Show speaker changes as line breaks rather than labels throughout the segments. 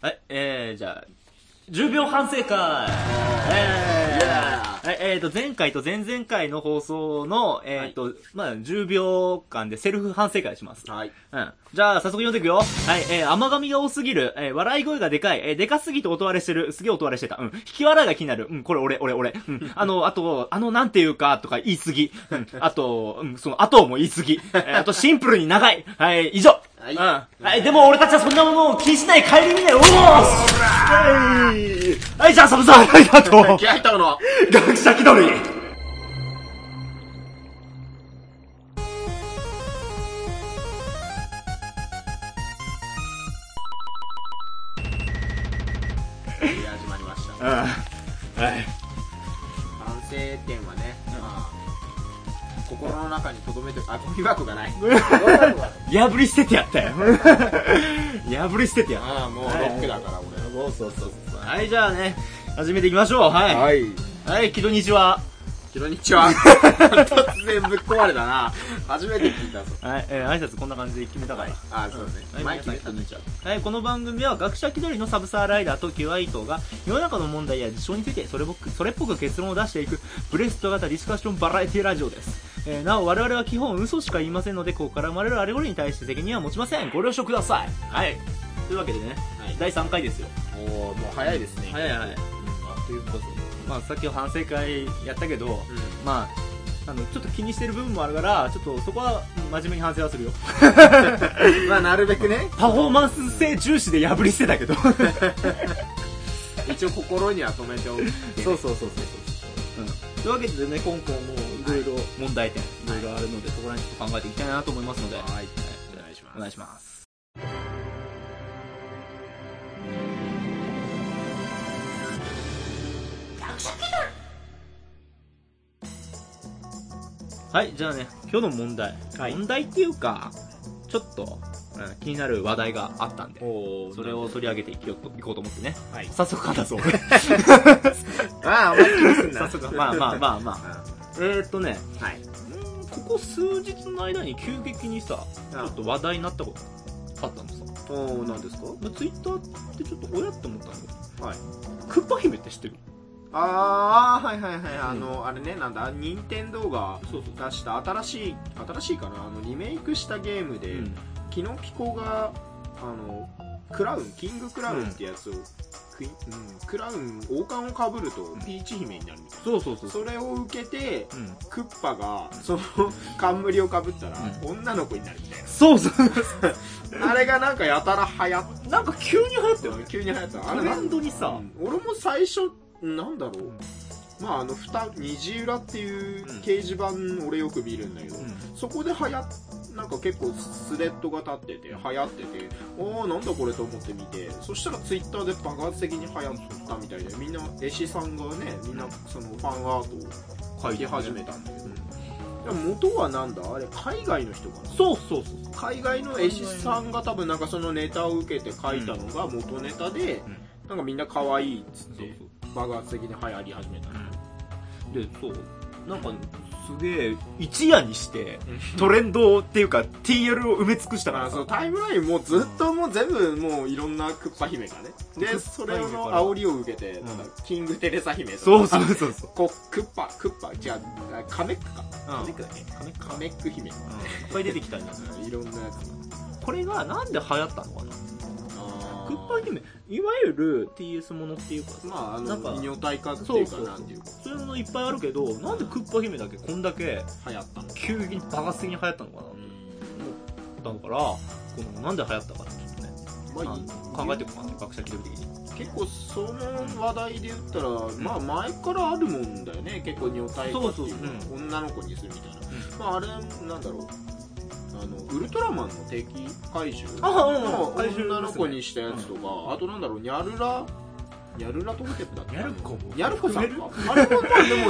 はい、えー、じゃあ、10秒反省会えー、はい、えーと、前回と前々回の放送の、えーと、まあ10秒間でセルフ反省会します。
はい。
うん。じゃあ、早速読んでいくよ。はい、えー、甘噛みが多すぎる、えー、笑い声がでかい、えー、でかすぎて音割れしてる、すげえ音割れしてた。うん。引き笑いが気になる。うん、これ俺、俺、俺。 うん。あの、あと、あの、なんていうか、とか言いすぎ。うん。あと、うん、その、あとも言いすぎ。えーあと、シンプルに長い。はい、以上。
はい
うん。はい、でも俺たちはそんなものを気にしない、帰り見ない、おおはい、はい、じゃあ、サブさん、ありがとう。
気合入ったもの
学者気取り
いや始まりました。
はい。
反省点はね、まあ、心の中に留めてあ、ゴミ箱がない。
破り捨ててや ったよ。破り捨ててやった。
ああ、もうロックだから、俺。
そうそうそうそう。はい、じゃあね、始めていきましょう。はい。はい、
い。
木戸西は。
こんにちは。突然ぶっ壊れたな。初めて聞いたぞ。
はい、えー、挨拶こんな感じで決めたから。
あそうね。
は
前
い、皆さ
決
ん
めた
こん
ね
にちは。はい、この番組は学者気取りのサブサーライダーとキュアイトが世の中の問題や事象についてそれぼくそれっぽく結論を出していくブレスト型ディスカッションバラエティラジオです。えー、なお我々は基本嘘しか言いませんので、ここから生まれるあれこれに対して責任は持ちません。ご了承ください。はい。というわけでね、
はい
第3回ですよ。
おーもう早いですね。
早い早い
うんあっという間ですね。
まあ、さっきの反省会やったけど、
うん
まあ、あの、ちょっと気にしてる部分もあるから、ちょっとそこは真面目に反省はするよ。
まあ、なるべくね、
パフォーマンス性重視で破り捨てた けど。そう
一応心には留めておく。
そうそうそうそう。うん。というわけでね、今回もいろいろ問題点、いろいろあるので、そこら辺ちょっと考えていきたいなと思いますので、
はい。お願いします。
お願いします。はい、じゃあね、今日の問題。
はい
問題っていうか、ちょっと、うん気になる話題があったんで、
おー
それを取り上げていこうといこうと思ってね。
はい
早速話そう。
ああ、お前気にすんな。
早速、 まあまあまあまあ。えーっとね、
あ。はい。
うんここ数日の間に急激にさ、ちょっと話題になったことあったのさ。
おー、なんですか
ツイッターってちょっとおやって思ったんだけど、
はい
クッパ姫って知ってる
ああ、はいはいはい。あの、あれね、なんだ、任天堂が
そうそう
出した新しい、新しいかな、あの、リメイクしたゲームで、
うん、
昨日ピコがあのクラウンキングクラウンってやつを、クイうんクラウン王冠をかぶると
ん
ピーチ姫になるみたい
そうそうそ
な、
う
それを受けて
うん、
クッパがその冠をかぶったら、女の子になるみたい
そうそう
なあれがなんかやたら流行っ
なんか急に流行ったたよ
よ
ね
ね急に流行ったあ
ト
れ
レ
なん
ンドにさ、
うん俺も最初なんだろう、まああのふた虹浦っていう掲示板、俺よく見るんだけど、そこで流行っなんか結構スレッドが立ってて流行ってておーなんだこれと思って見てそしたらツイッターで爆発的に流行ったみたいでみんな絵師さんがねみんなそのファンアートを描き始めたんだけど、でも元はなんだあれ海外の人かな
そうそうそう
海外の絵師さんが多分なんかそのネタを受けて描いたのが元ネタで、なんかみんな可愛いっつっ
そう
て爆発的に流行り始めたの
でそうなんかすげえ一夜にしてトレンドっていうか TL を埋め尽くしたか
ま
ら
あ、
さ
そのタイムラインもずっともう全部もういろんなクッパ姫がね
クッ
で
パ
それの煽りを受けて、
ん
なんかキングテレサ姫とか
そうそうそうそう
こクッパクッパ違うあカメックか、
うん
カメックだっけ
カメ
カメック姫とか、
うんいっぱい出てきたんだ
うんいろんなやつが
これがなんで流行ったのかなクッパ
ク
姫いわゆる TS ものっていうかさ
まああ
なんか
の異形化っていうか
そうそうそう
なんていうか
そういうものいっぱいあるけどなんでクッパ姫だけこんだけ
流行ったの
急激に爆発的に流行ったのかなだからこのなんで流行ったかってちょっとね
まあいい
考えていこうかな学者気取り的に
結構その話題で言ったら、まあ前からあるもんだよね結構女体化っていうか
そうそう
女の子にするみたいな、まああれなんだろうあのウルトラマンの敵怪獣
あうん
の
怪獣
女の子にしたやつとか、あとなんだろうニャルラニャルラトムテップだっけ
ニャルコも
ニャルコさんかあれもまあで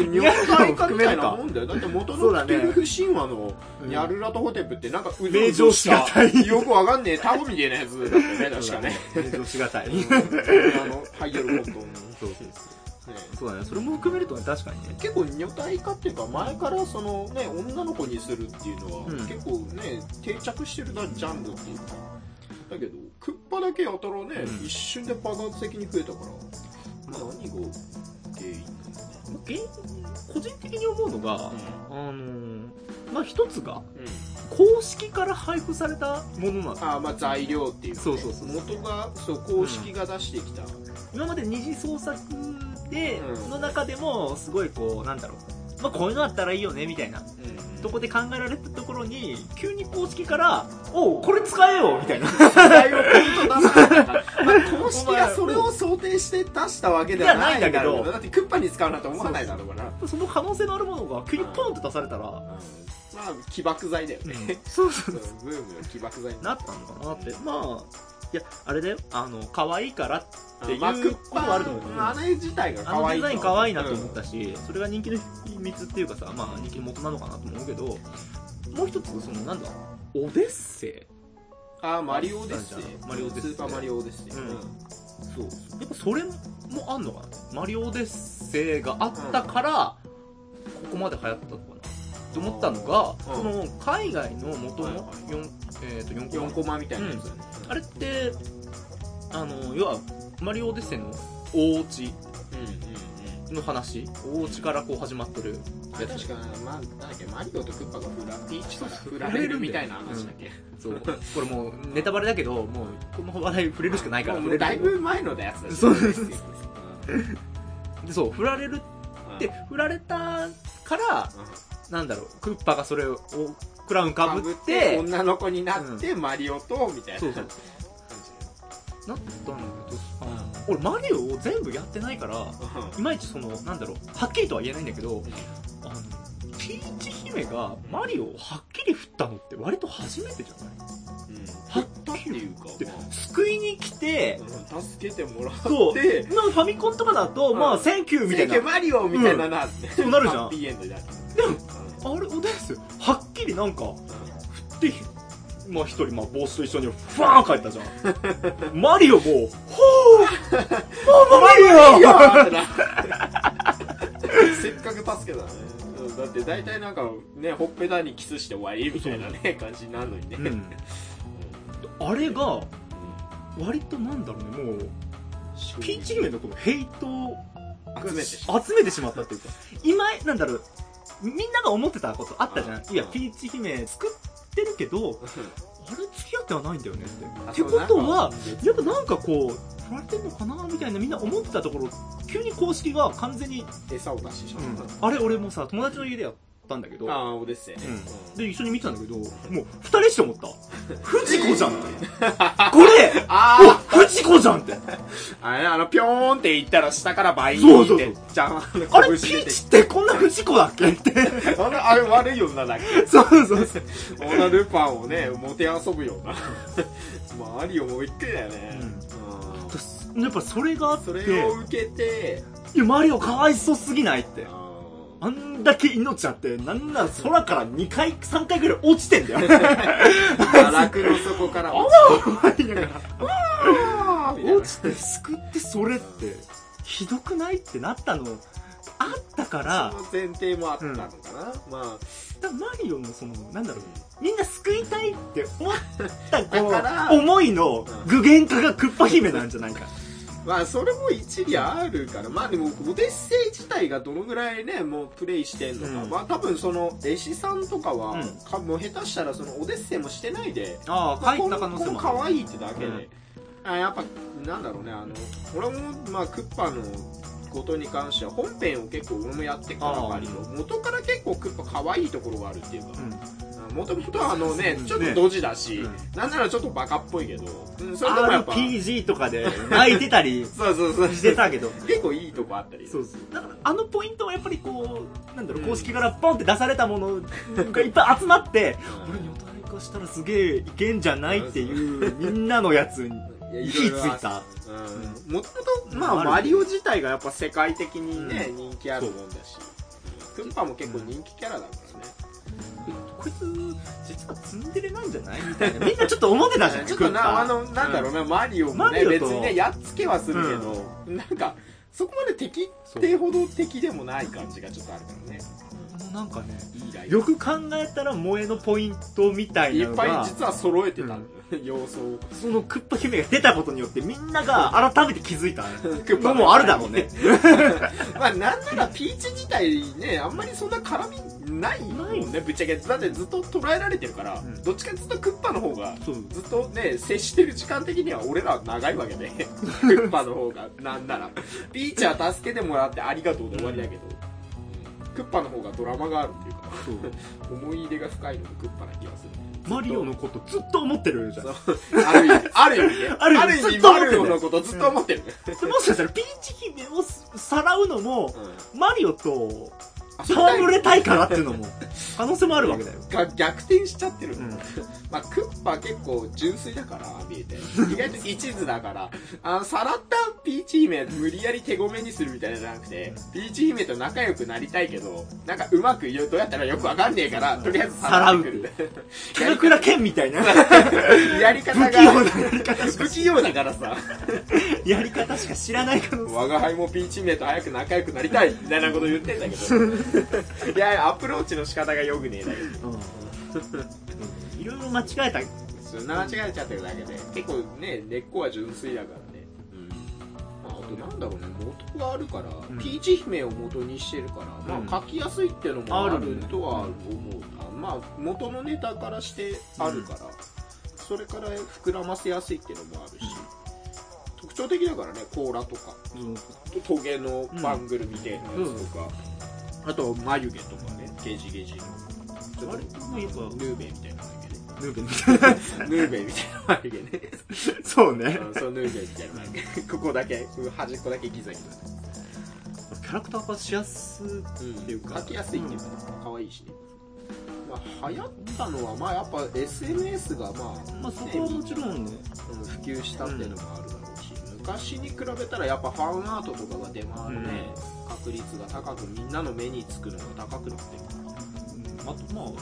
も女体化みたいなもん だよだって元
そう
の
だ
ク
ね
テルフ神話の
うん
ニャルラトホテップってなんかうぞ
名
う
城
ぞ
し
し
が
た
たい
よくわかんねえタコみたいなやつだったよね確かね
上しがたい
あのハイドルコントン
そうそう
ね
そうだねそれも含めるとね確かにね
結構女体化っていうか前からそのね女の子にするっていうのは
うん
結構ね定着してるなジャンルっていうかだけどクッパだけやたらね、
うん
一瞬で爆発的に増えたから、
まあ
何が原因なんだ
僕個人的に思うのが、あのーまあ一つが
うん
公式から配布されたものなの
あーまあ材料っていうかね
そうそうそう
元がそう公式が出してきた、
今まで二次創作で、
うん
の中でもすごいこうなんだろう、まあ、こういうのあったらいいよねみたいなとこで考えられたところに急に公式から「おうこれ使えよ」みた いな
材料本当出さなかった、まあ、公式がそれを想定して出したわけではないんだけ
いやないんだけ
ど
ど
だってクッパに使うなんて思わないだろうから
その可能性のあるものが急にポンって出されたら、
まあ起爆剤だよね、
そうそう
ブームの起爆剤に
なったのかなってまあいやあれだよあの可愛いからってい
まあク
う
ッ
こと
パ
はあると思う、
まあ、あれ自体が
あ
可
の
愛
デ
い
ザイン可愛いなと思ったし、それが人気の秘密っていうかさ、まあ、人気の元なのかなと思うけどもう一つそのなんだオデッセイ
あーマリオです
マリオです
スーパーマリオです
うんそうやっぱそれもあんのかなマリオオデッセイがあったから、ここまで流行ったのかなと思ったのが、
う
そ
ん
の海外の元
はい
の
はい
4,、えー、と4コマ
4コマみたいなやつだね、
あれってあの要はマリオオデッセイのお家
うんうん
の話お家からこう始まってる
うん、
や
確
つ
かまあ、なんだっけマリオとクッパがフラピーチとかフ
ラ
ラ
れ
れ
る
る
み
み
た
た
い
い
な
な
話
話
だ
だ
っ
っけ、
そうこれもうネタバレだけどもうこの話題触れるしかないから触
も
れる
うだ
け
い
ど
ぶ前のやつだし
そう
ですよ
でそう振られるって振られたからなんだろうクッパがそれをクラウンかぶって
女の子になって、マリオとみたいな
そうそうなったんだけど俺マリオを全部やってないからいまいちそのなんだろうはっきりとは言えないんだけどあのピーチ姫がマリオをはっきり振ったのって割と初めてじゃない
はったっていうか、
で救いに来て
まあ助けてもら
そ
っ
う
て
今のファミコンとかだと、
うん
まあセンキューみたいな
せやけマリオみたいなな、
そうなるじゃん
ハッピーエンドじゃん
でもあれ、おですはっきりなんか、振って、まあ一人、まあ帽子と一緒に、ファーン帰ったじゃ ん。マリオも、ほー マ
い
リオ
やーってなせっかく助けたねうんだって大体なんかねほっぺたにキスして終わりみたいなね感じになるのにね、
う
うん
んあれが、割となんだろうね、もう、ピーチ姫のこのヘイトを
集めてしま
集めてしまったっていうか、今、なんだろう、みんなが思ってたことあったじゃ
うん
ん。いや、ピーチ姫作ってるけど、
う
あれ付き合ってはないんだよねって。
あ
って
そう
こと
な
は
んか、
やっぱなんかこう、振られてんのかなみたいなみんな思ってたところ、急に公式が完全に、
ん餌を出してしまった、
あれ俺もさ、友達の家でやったんだけど、
ああオデッセイね、
うん
で
で、一緒に見てたんだけど、もう、二人して 思った。藤子じゃんって。これお
あ
藤子じゃんって。
ああれあのピョーンって行ったら下から倍に
そう
っ
そう
てじゃん
あれ、ピ
拳出
ー
て
チってこんな藤子だっけって。
あれあれ悪い女だっけ
そうそうそう。
オナルパンをねもてあそぶようなマリオもびっくりだよね、
う
うん
やっぱそれがあって
そ、れを受けて
いや、マリオかわいそうすぎないって。
あ
あんだけ命あって、なんなら空から2回、3回ぐらい落ちてんだ よ。
堕落の底から落ち
落ちて救ってそれってひどくないってなったのあったから
その前提もあったのかな、ま
多分マリオのそのなんだろうみんな救いたいって思ったこ
だから
う思いの具現化がクッパ姫なんじゃないか
あまあそれも一理あるからまあでもオデッセイ自体がどのぐらいねもうプレイしてんのか、
うん
まあ多分その弟子さんとかは、
うん
かもう下手したらそのオデッセイもしてないで
あ
まあこの子可愛いってだけで、
うん
あやっぱなんだろうねあの俺も、まあ、クッパのことに関しては本編を結構俺もやってから割と元から結構クッパ可愛いところがあるっていうか、もともとはあのね
うん
ちょっとドジだし、
う
なんならちょっとバカっぽいけど、うん、それでもやっぱ
RPG とかで泣いてたり
そうそうそう
してたけど
結構いいとこあったり
そうそうだからあのポイントはやっぱりこうなんだろう
うん
公式からポンって出されたものがいっぱい集まって
うん
俺に大人化したらすげえいけんじゃないっていうみんなのやつに
いやい
火
ろ
つ
いろあ
いた
うんもともとまあ
ある
マリオ自体がやっぱ世界的にね、人気あるもんだしクッパも結構人気キャラだからね
こいつ実はツンデレなんじゃないみたいなみんなちょっと思ってたじゃん
ちょっと
クッパ
な、あの、なんだろうな、マリオも
マ
ね、
リオと
別にね、やっつけはするけど、なんか、そこまで敵ってほど敵でもない感じがちょっとあるからね。
なんかね
いいライン
よく考えたら萌えのポイントみたい
い
な
っ
の
ぱい
が
実は揃えてたんだよ。 様相を
そのクッパ姫が出たことによってみんなが改めて気づいた
クッパ
のもあるだろうね。
まあなんならピーチ自体ねあんまりそんな絡みないもんねぶっちゃけだってずっと捉えられてるから、
うん
どっちかっていうとクッパの方が
そう。
ずっとね接してる時間的には俺らは長いわけで クッパの方がなんならピーチは助けてもらってありがとうで終わりだけど、クッパの方がドラマがあるっていうか思い入れが深いのがクッパな気がする
マリオのことずっと思ってるじゃん。も
ある意味、ある意味ね。
あ
あ
る意
る
味
意味、
ずっと思っ
マ
てる
ルオのことずっと思ってる。
しかしたらピーチ姫をさらうのも、
うん
マリオと
あそうだよ
戯れたいからっていう のも、可能性もあるわけだよ。
が逆転しちゃってる、
ん
まあクッパ結構純粋だからああ見えて意外と一途だからあのさらったピーチ姫無理やり手ごめにするみたいじゃなくてピーチ姫と仲良くなりたいけどなんかうまく言うどうやったらよくわかんねえからとりあえずさらってくる
キ倉 健みたいな
やり
不
方が
器用なやり方しか
不器用だからさ
やり方しか知らない可能性。
我が輩もピーチ姫と早く仲良くなりたいみたいなこと言ってんだけ どいやアプローチの仕方がよくねえだけど
いろいろ間違えた。
そんな間違えちゃってるだけで結構ね根っこは純粋だからねうんまああとなんだろうね元があるから、
うん
ピーチ姫を元にしてるから、
うん
まあ書きやすいっていうのもあ
ある
る
ね
とは思うな、まあ元のネタからしてあるから、それから膨らませやすいっていうのもあるし、特徴的だからね甲羅とかトゲのバングルみたいなやつとか、あと眉毛とかねゲジゲジのちょっ
割となんか
とヌーベみたいな眉毛ね
ヌーベみたいな。
ヌーベみたいな眉毛ね
そうね。
うんそう脱いでみたいなここだけ端っこだけギザギザ
キャラクター化しやすっていうか
書きやすいっていうか可愛いしねまあ流行ったのはまあやっぱ SNS がまあ
まあそこはもちろんね。
うん普及したっていうのもあるだろうし、昔に比べたらやっぱファンアートとかが出回るね、確率が高くみんなの目につくのが高くなってるから
あとまあ、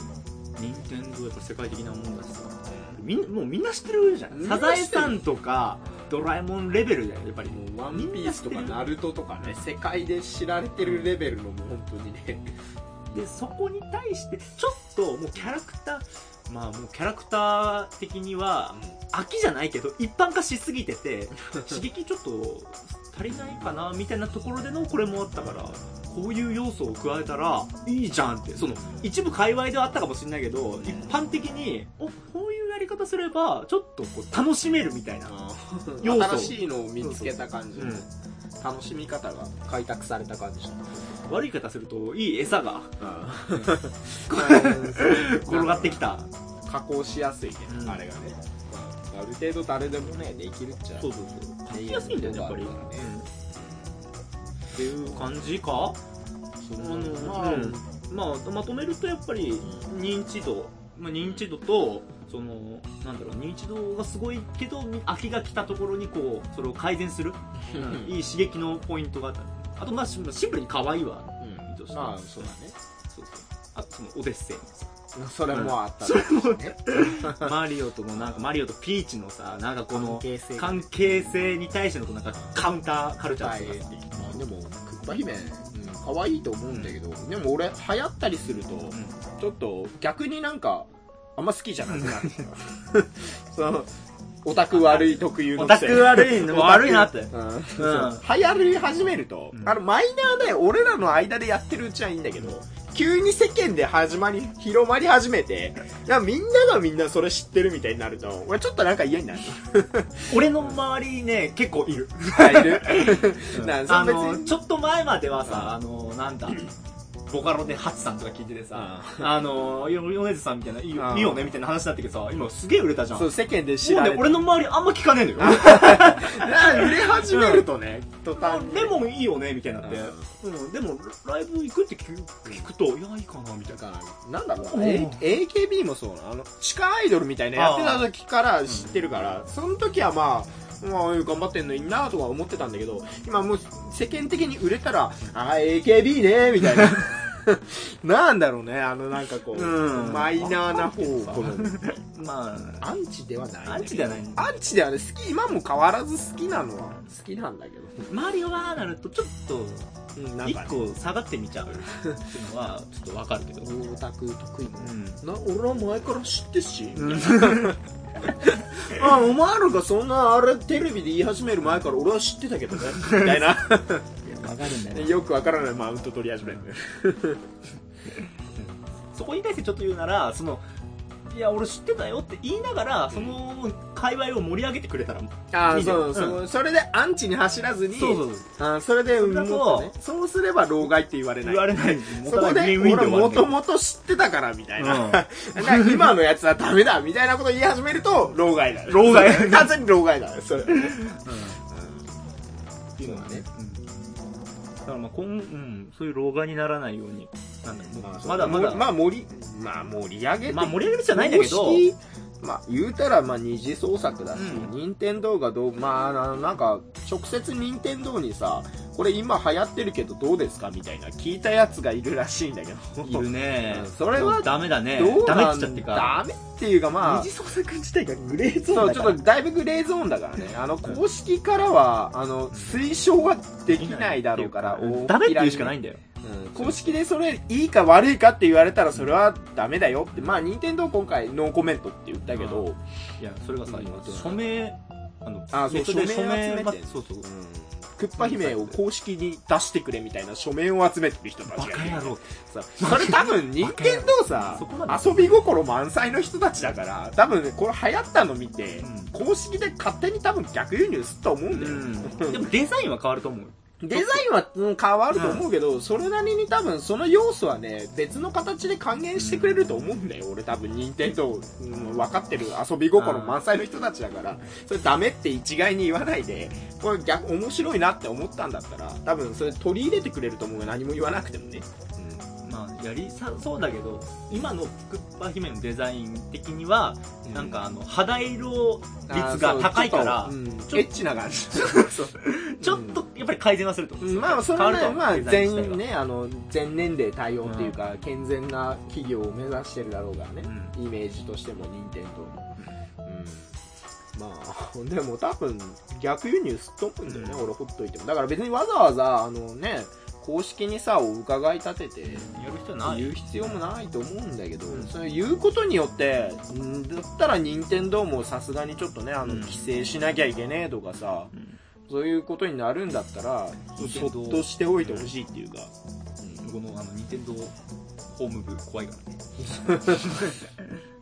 任天堂やっぱ世界的なもんだしさ。みんもうみんな知ってるじゃん。
みん
サ
な
ザエ
知ってる
さんとか、ドラえもんレベルだよ、やっぱり。
もうワンピースとかナルトとかね世界で知られてるレベルのもう本当にね
で、そこに対して、ちょっともうキャラクター、まあもうキャラクター的に は、飽きじゃないけど、一般化しすぎてて、刺激ちょっと足りないかな、みたいなところでのこれもあったから、こういう要素を加えたら、いいじゃんって、その、一部界隈ではあったかもしれないけど、一般的に、お、こういうやり方すれば、ちょっとこう楽しめるみたいな。 要素
新しいのを見つけた感じ、
うん
楽しみ方が開拓された感じ
悪い方すると、いい餌が転
転
がってきた。
加工しやすいね、
うん
あれがね、あ、る程度誰でもねできるっちゃ
そうそうそう。書きやすいんだよね、やっぱり。
うん
っていう感じか
そ
あ
の
の、ま
ま
あ
あ、
まあ、まとめるとやっぱり認知度、まあ、認知度とそのなんだろう認知度がすごいけどみ飽きが来たところにこうそれを改善する、
うん
いい刺激のポイントがあったあとまあシンプルシンプルに可愛いわ
うん
どうした
まあそうだね
そうそうあとそのオデッセイのさ
それもあった
それも
ね
マリオとのなんかマリオとピーチのさなんかこの
係性
関係性に対してのこうなんかカウンターカルチャーっていうかさ
まあでもクッパ姫、うん、可愛いと思うんだけど、でも俺流行ったりすると、ちょっと逆になんかあんま好きじゃなくなる そのオタク悪い特有
オ
の
タ
癖
ク悪いのも悪いなって
うん、うん、流
うん
行り始めると、
うん
あのマイナーで俺らの間でやってるうちはいいんだけど急に世間で始まり広まり始めてなんかみんながみんなそれ知ってるみたいになると俺ちょっとなんか嫌に なる
俺の周りにね結構いる
入るなん
あ
か別
の
に
ちょっと前まではさ、あのなんだボカロでハチさんとか聞いててさ、あのよ米津さんみたいないいよ
うん
いいよねみたいな話になってけどさ今すげえ売れたじゃん
そ
も
う世間で知
う
ら
ね
れて
俺の周りあんま聞かねえのよ
な売れ始めるとね、途端に
でもいいよねみたいになって、
う
うん、でもライブ行くって聞く聞くといやいいかなみたいな
なんだろう
うん
な、A、AKB もそうなあの地下アイドルみたいなやってた時から知ってるから、その時はまあ、まあ、頑張ってんのいいなとは思ってたんだけど今もう世間的に売れたら「あー AKB ね」みたい ななんだろうねあのなんかこう、
うん
マイナーな方を好む
ま
アンチではないんだけど
アンチではない
アンチではね好き今も変わらず好きなのは好きなんだけど、
マリオはなるとちょっと
うん、なん
一
か、ね、
個下がってみちゃうっていうのはちょっとわかるけど、
オタク得意な
うん
な俺は前から知ってっし、
うん
あお前らがそんなあれテレビで言い始める前から俺は知ってた けどねみたいな
わかるんだよな
よくわからないマウント取り始める
そこに対してちょっと言うならそのいや俺知ってたよって言いながらその界隈を盛り上げてくれたら
あ
い
あ
いね
そうそう、それでアンチに走らずに
そうそうそう
あーそれで
だと
もっとねそうすれば老害って言われない
言われない
そこで俺もともと知ってたからみたい な、だから今のやつはダメだみたいなこと言い始めると老害だね
老害
完全に老害だねそれ
っていうのはね、だからまあ今、うん、そういう老害にならないようになんだろう、まだまだ、ま
まあ盛りまあ盛り上げ
あ、
て
盛り上げるじゃないんだけど
公式まあ、言うたらまあ二次創作だし、
う
任天堂がどうまああのなんか直接任天堂にさこれ今流行ってるけどどうですかみたいな聞いたやつがいるらしいんだけど
いるね
うんそれは
ダメだね
どう
ダメっ
な
て言っ
ん
ちゃ
だ
ってか
ダメっていうかまあ
二次創作自体がグレーゾー
そ
ン
う
だ
ち
か
ょ
ら
っとだいぶグレーゾーンだからねあの公式からはあの推奨はできないだろうから
ん
大
ダメって
嫌
言
いうに
しかないんだよ
うん公式でそれいいか悪いかって言われたらそれはダメだよってまあ任天堂今回ノーコメントって言ったけど、
いやそれがさ
うん
今署名あの
あそう
ネットで
署名集めて
まそうそう
クッパ姫を公式に出してくれみたいな書面を集めてる人た
バ
ちが
カ
いる
野郎
さそれ多分任天堂さ
そこまで
遊び心満載の人たちだから多分ねこれ流行ったの見て、
うん
公式で勝手に多分逆輸入すると思うんだよ、
う んでもデザインは変わると思う
デザインはうん変わると思うけど、それなりに多分その要素はね別の形で還元してくれると思うんだよ俺多分任天堂うん分かってる遊び心満載の人たちだからそれダメって一概に言わないでこれ逆面白いなって思ったんだったら多分それ取り入れてくれると思うよ何も言わなくてもね、
まあやりさそうだけど今のクッパ姫のデザイン的にはなんかあの肌色率が高いから
あーそ
ちょ
うちょっとうんエッチな感じ
ちょっとやっぱり改善はすると思う
うん
です
ん
よ
まあそれはね、まあ、
変わると思うデザイン自体
全
は
ねあの全年齢対応っていうか、健全な企業を目指してるだろうからね、イメージとしても任天堂のうんまあ でも多分逆輸入すっとくんだよね、俺ほっといてもだから別にわざわざあのね公式にさお伺い立てて
やる必要ない
言う必要もないと思うんだけど、
ん
それ言うことによってんだったら任天堂もさすがにちょっとねあの、
うん
規制しなきゃいけねえとかさ、
ん
そういうことになるんだったら
任
そ
天
っ
堂
としておいてほしいっていうか、
このあの任天堂ホーム部怖いからね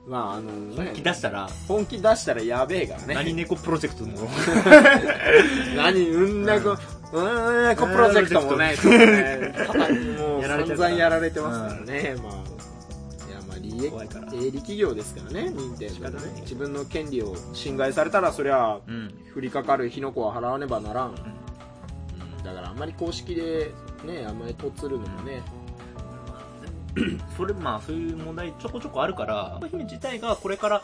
まああのね
引き出したら
本気出したらやべえからね
何猫プロジェクトの
何うんなこ、うん、うんこプロジェクトもね、
うん
ちょっとねもう
やられ
散
てるから
々やられてますからね、まあ、いや、まあ、利益
怖いから、
営利企業ですからね、認定
仕方ない
自分の権利を侵害されたら、そりゃ、
うん
降りかかる火の粉は払わねばならん。だから、あんまり公式で、ね、あんまりとつるのもね、
それまあそういう問題ちょこちょこあるから姫自体がこれから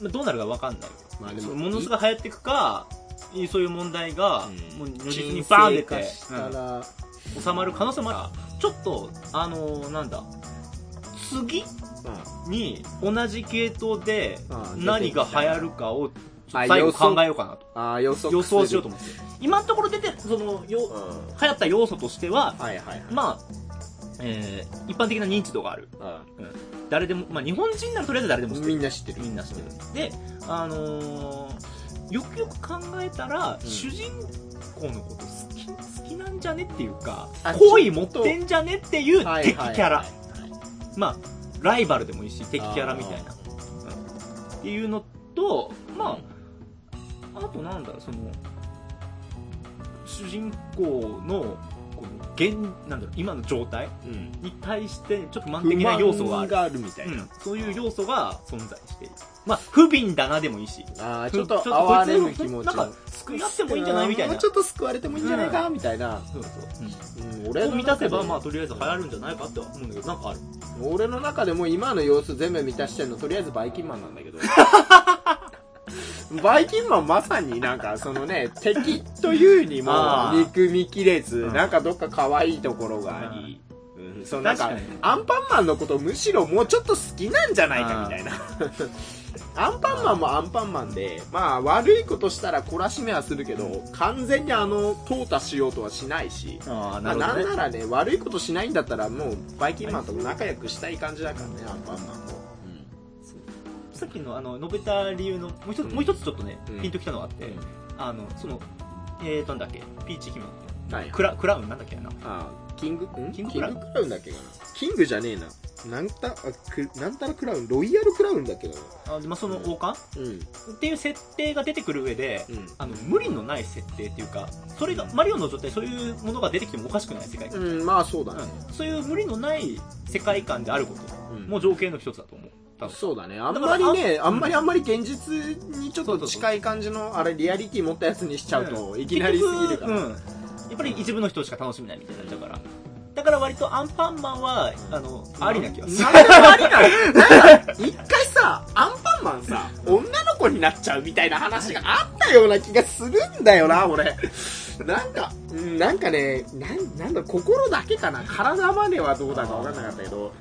まあどうなるか分かんない
まあで
そ
も、
のものすごい流行っていくかいそういう問題が
うん
もう如実に
沈
バーン出て
静化したら、
うん収まる可能性もあるからちょっとあのーなんだ次
ま
に同じ系統で
あー
何が流行るかを
あ
最後
予想
考えようかなと
ああ、予測
予想しようと
思
思って今のところ出てるそのよ
うん。
流行った要素としては、
はいはいはい。
まあ、えー一般的な認知度がある。
う
誰でも、まあ、日本人ならとりあえず誰でも知っ
ん
て
み
る。
んな知ってる。
みんな知ってる。で、あのーよくよく考えたら、
うん
主人公のこと好き、好きなんじゃねっていうか
あ、
好意持ってんじゃねっていう
はいはい
敵キ
はい
ャラ
は。い
まあ、ライバルでもいいし、敵キャラみたいな。っていうのと、まあ、あとなんだ、その、主人公の、この、現、なんだろう、今の状態
うん。
に対して、ちょっと満的な要素がある。
みたい
うん
な、
そういう要素が存在している。まあ、不憫だなでもいいし。
ああちょっと
ち
哀れ
こ
む
いつ
気持ち
なんか、救い合ってもいいんじゃないみたい
も
な。
うちょっと救われてもいいんじゃないか、みたいな、
そうそう。
うん、
こ
俺
れを
の
満た
中
せ
で
ば、まあ、とりあえず流行るんじゃないかって思うんだけど、なんかある。
俺の中でも今の様子全部満たしてるのとりあえずバイキンマンなん だけどバイキンマンまさになんかそのね敵というにも
あー
憎みきれず
うん
なんかどっか可愛いところがあり、うん、そのなんか
確かに
アンパンマンのことむしろもうちょっと好きなんじゃないかみたいな アンパンマンもアンパンマンでまあ悪いことしたら懲らしめはするけど完全にあの淘汰しようとはしないし
ああ、
ま
な
あ、な
るほ
ん
ど、
な
ね。
らね悪いことしないんだったらもうバイキンマンとも仲良くしたい感じだからねアンパンマンも、
さっきのあの述べた理由のもう一つ,、
うん
もう一つちょっとね、
うん
ピンときたのがあって、
うん
あのそのえーとなんだっけピーチ姫
はい
クラクラウンなんだっけな
あキングん
キ
キ
ン
ン
グク
グク
ラ
ラ
ウ
ウ
ン
ンだっけかなキングじゃねえななんたあくなんたらクラウンロイヤルクラウンだっけな
あでまあ、その王冠
うん
っていう設定が出てくる上で、
うん
あの無理のない設定っていうかそれがマリオの状態そういうものが出てきてもおかしくない世界観、
うん、まあそうだ
う
ね、
んそういう無理のない世界観であること
うん
も条件の一つだと思う多分
そうだねあんまりね
らあ
あんまりあんまり現実にちょっと近い感じのあれリアリティ持ったやつにしちゃうと、いきなりすぎる
結
から、
局うん、やっぱり一部の人しか楽しめないみたいになっちゃうからだから割とアンパンマンはあの、ありな気がする
なんでありなんか一回さアンパンマンさ女の子になっちゃうみたいな話があったような気がするんだよな俺なんかうんなんかねなんなんだ心だけかな体まではどうだか分かんなかったけど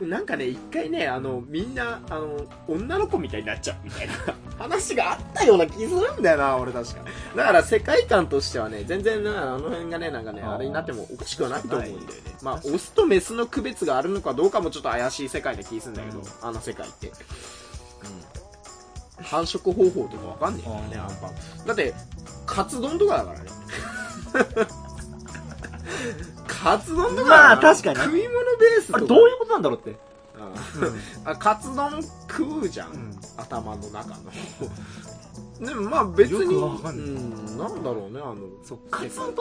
なんかね一回ねあのみんなあの女の子みたいになっちゃうみたいな話があったような気するんだよな俺確かだから世界観としてはね全然なあの辺がねなんかね
あー
あれになってもおかしくはないと思うんだよねまあ
確かに
オスとメスの区別があるのかどうかもちょっと怪しい世界な気するんだけど、
うん
あの世界って、繁殖方法とかわかんねえからね
あー
アンパンだってカツ丼とかだから ねカツ丼とかだら
まあ確かにね
食い物ベース
あ
とか
れどういうことなんだろうって、
あカツ丼食うじゃん、頭の中のでもまあ別に
よくわかんない
うん、なんだろうねあの
そっかカツ丼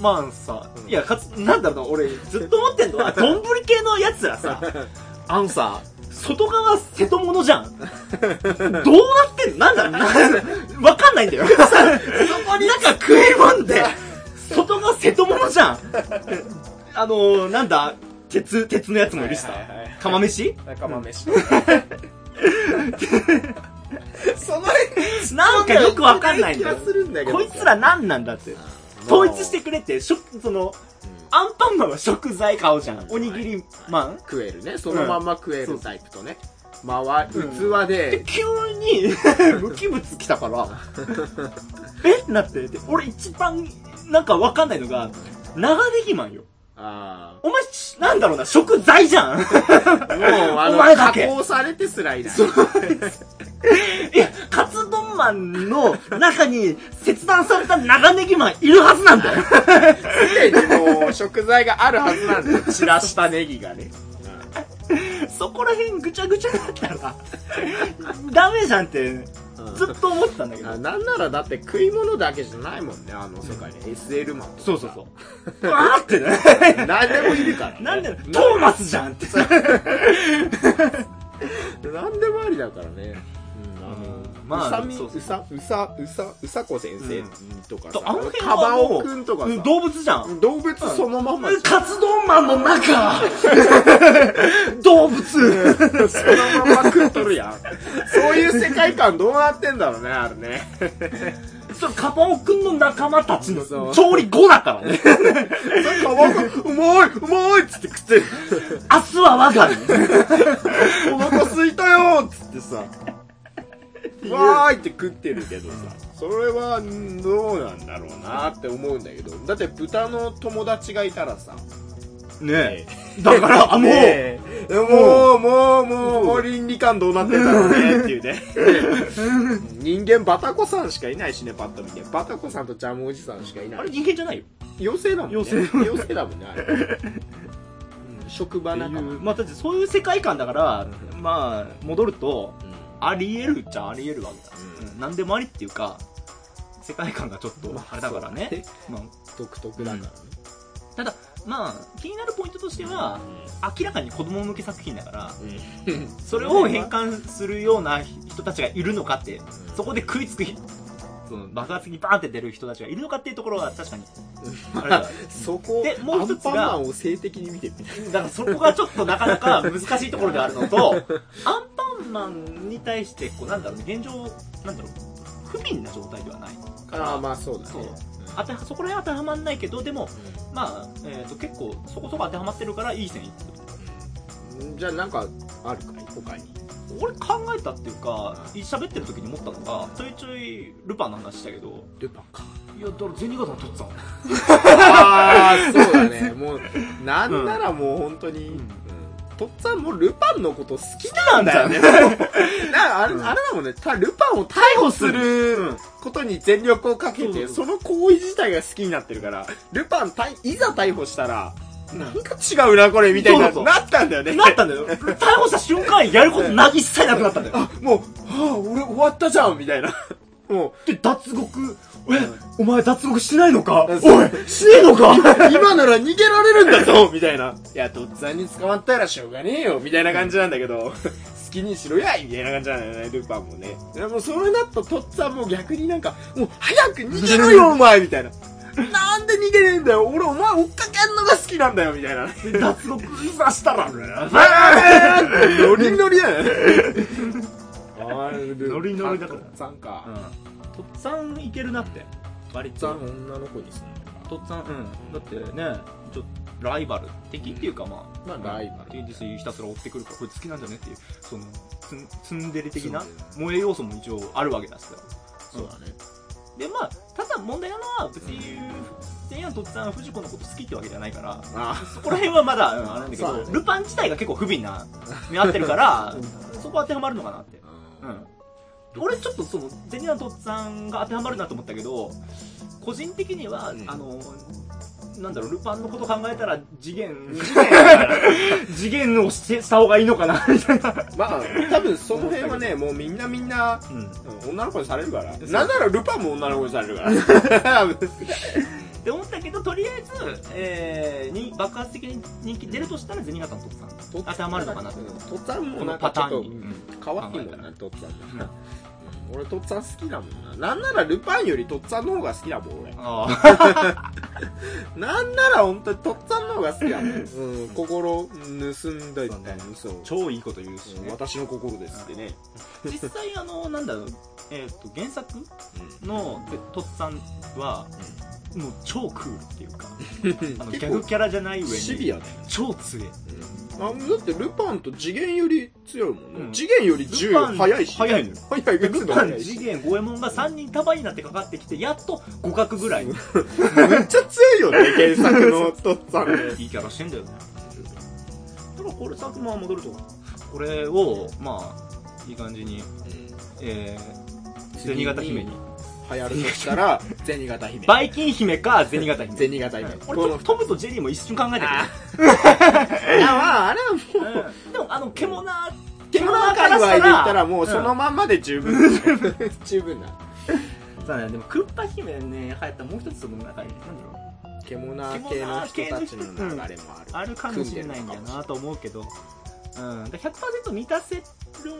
マンさ、いやカツなんだろうな俺ずっと思ってんの は丼系のやつらさあのさ外側瀬戸物じゃんどうなってんのなんだろうなわかんないんだよなんか食いもんで外側瀬戸物じゃんあのー、なんだ鉄鉄のやつもいるしさ
はいはいはいはい
釜飯
仲間飯その
なんかよくわかんないん
気
だ
が
よ
するんだけど
こいつら何なんだって統一してくれって食そのアンパンマンは食材買うじゃんおにぎりマン
食えるねそのまんま食えるタイプとね、まわ
う
器
で
で、
急に 無機物来たから えってなってで俺一番なんかわかんないのが長ネギマンよ
あ
お前しなんだろうな食材じゃん
あもうあ
お
の
前だけ
加工されてすらいない
いやカツ丼マンの中に切断された長ネギマンいるはずなんだよ
すでにもう食材があるはずな んだよ散らしたネギがね
そこら辺ぐちゃぐちゃだったら ダメじゃんってずっと思ってたんだけど
あなんならだって食い物だけじゃないもんねあの世界で SL マンとか
そうそうそう。わーってね。
何でもいるから、
なんで、トーマスじゃんって。
何でもありだからねうんあの
まあ
うさみ
そうそう
うさうさうさうさこ先生とかさ、
あの辺
カ
は
バ
も
オ
う
くんとかさ、
動物じゃん。
動物そのまんまじゃん
カツ丼マンの中 動物
そのまま食っとるやん。そういう世界観どうなってんだろうね、あれね。
そう、カパオくんの仲間たちの
そう
調理後だから ね。
カバうまいうまいっつって食ってる。
明日は我が身。
お腹空いたよっつってさ。わーいって食ってるけどさ。それはどうなんだろうなって思うんだけど。だって豚の友達がいたらさ。
ねえ。だから、あ、もう、
ねえもう、もう、もう、もう倫理観どうなってんだろうねっていうね。人間バタコさんしかいないしね、パッと見て。バタコさんとジャムおじさんしかいない
あれ。人間じゃないよ。
妖精だもんね
妖
妖精だもんねあれうん職場仲間うん
まあ、だってそういう世界観だから、まあ、戻ると、あり得るっちゃあり得るわけだ。
うん
うん、なんでもありっていうか、世界観がちょっと、あれだから
まあそう
ね
ね。
まあ、
独特だからね
ただまあ気になるポイントとしては明らかに子供向け作品だからそれを変換するような人たちがいるのかってそこで食いつくその爆発にバーンって出る人たちがいるのかっていうところは 確かにあれだだ
そこ
でもう一つが
アンパンマンを性的に見てる
からそこがちょっとなかなか難しいところであるのと アンパンマンに対してこうなんだろうね現状なんだろう不憫な状態ではないから
ああまあそうだ
そう
ね
当てはそこら辺当てはまんないけどでもまあ、えー、と結構そこそこ当てはまってるからいい線いってる
うんじゃあなんかあるかい他に
俺考えたっていうか喋ってる時に思ったのがちょいちょいルパンの話したけど
ルパンか
いやだから銭形のとっつぁん
ああそうだねもうなんならもう本当に
ん
うんとっつぁんもルパンのこと好き
な
なんん
だ
だ
よ
よ
ね
ね。 なんかあれ、
うん
あれだもんね、たルパンを逮捕することに全力をかけ
そう
て、
そ
その行為自体が好きになってるから、ルパン逮いざ逮捕したら、 なんか違うな、これ、みたい
そう
な、
そう
なったんだよね。
なったんだよ。逮捕した瞬間、やることな、一切なくなったんだよ。
あ、もう、はあ、俺終わったじゃん、みたいな。 も
で、脱獄、え、お前脱獄しないのか
うん
おい、しねえのか
う、今なら逃げられるんだぞ、 みたいな。いや、とっつぁんに捕まったらしょうがねえよ、みたいな感じなんだけど、好 きにしろやい、みたいな感じなんだよね、ルパンもね。いやもう、それだととっつぁんも逆になんか、もう、早く逃げろよ、お前、みたいな。なんで逃げねえんだよ、俺、お前追っかけんのが好きなんだよ、み たいな。
脱獄
今したら、ノリノリだよね。ノ
ノリノリだから
とっつぁんか。
とっさんいけるなって割
とっ
と
つぁん女の子にすんのか。
とっさんうんだってねちょっとライバル敵っていうかまあ
まあライバル
っていう実際ひたすら追ってくるからこれ好きなんじゃねっていうそのツンツンデレ的な萌え要素も一応あるわけだしさ
そうだね。
でまあただ問題なのは別に言う全員はとっさんは藤子のこと好きってわけじゃないから
あ
そこら辺はまだ、うんあれなんだけ
そう
ど、
だね
ルパン自体が結構不憫な目合ってるからそこ当てはまるのかなって
あ。
うん、俺ちょっとそのゼニアのとっさんが当てはまるなと思ったけど個人的には、
うん
あのなんだろうルパンのこと考えたら次 元次元をしてした方がいいのかなみたいな、
まあ、多分その辺はね、もうみんなみんな、うん女の子にされるから。なんならルパンも女の子にされ るから。
って思ったけどとりあえず、えーに爆発的に人気出るとしたらゼニガタのとっさん
当
当てはまるのかな
と
と
っつぁんも
こ
な
の
ん
パ
かち
タ
ょ
ーン
っと
に、
変わってんだよね、とっつぁんが。うん俺とっつぁん好きだもんな。なんならルパンよりとっつぁんの方が好きだもん、俺。
ああ
なんなら本当にとっつぁんの方が好 きだもん。うん、心盗んだり
そうね
嘘を
超いいこと言うし
うん
ね、
私の心ですってね。
実際あのなんだろう、えー、と原作のでとっさんはもう超クールっていう かあのギャグキャラじゃない上
シ
に
ビアだよね。
超強 え
あだってルパンと次元より強いもんね、
うん
次元より
ルパン
10早いし
早いのよ
早い
ルパン
い
次元五右衛門が3人束になってかかってきてやっと互角ぐらいの
めっちゃ強いよ ね原作のとっさんね
いいキャラしてんだよねだからこれ佐久間は戻るとこれをまあいい感じにえー
次
銭
に
形姫に
流行るとしたら銭形姫
バイキン姫か銭形姫
銭形姫、
うん
こ
俺ちょ
の
っとトムとジェリーも一瞬考えた
あいやまああれはも
けど、うんでもあの獣
う獣界隈で言ったらもうそのまんまで十分、十分な
そうねでもクッパ姫ね流行ったもう一つその中に何だろう
獣系の人たちの流れもある、
あるかもしれないんだよなと思うけど、うん、で100%満たせる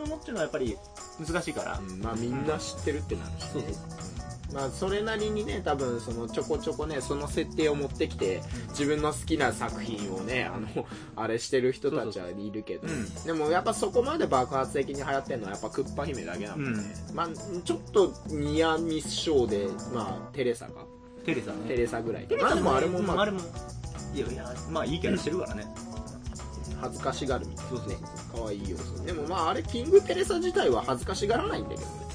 ものっていうのはやっぱり難しいから、
うんまあみんな知ってるってなるし、ね
そうそう
まあそれなりにね多分そのちょこちょこねその設定を持ってきて自分の好きな作品をねあの あれしてる人たちはいるけど
そうそう
でもやっぱそこまで爆発的に流行ってるのはやっぱクッパ姫だけなの、
うん
まあちょっとニアミスショーでまあテレサか
テレサね
テレサぐらい
テレ
まあ
サ
でもあれも
ま
ま
あ
あ
れもいやいやまあいいキャラしてるからね、
恥ずかしがるみたい
そうそう
なね可愛い要素でもまああれキングテレサ自体は恥ずかしがらないんだけどね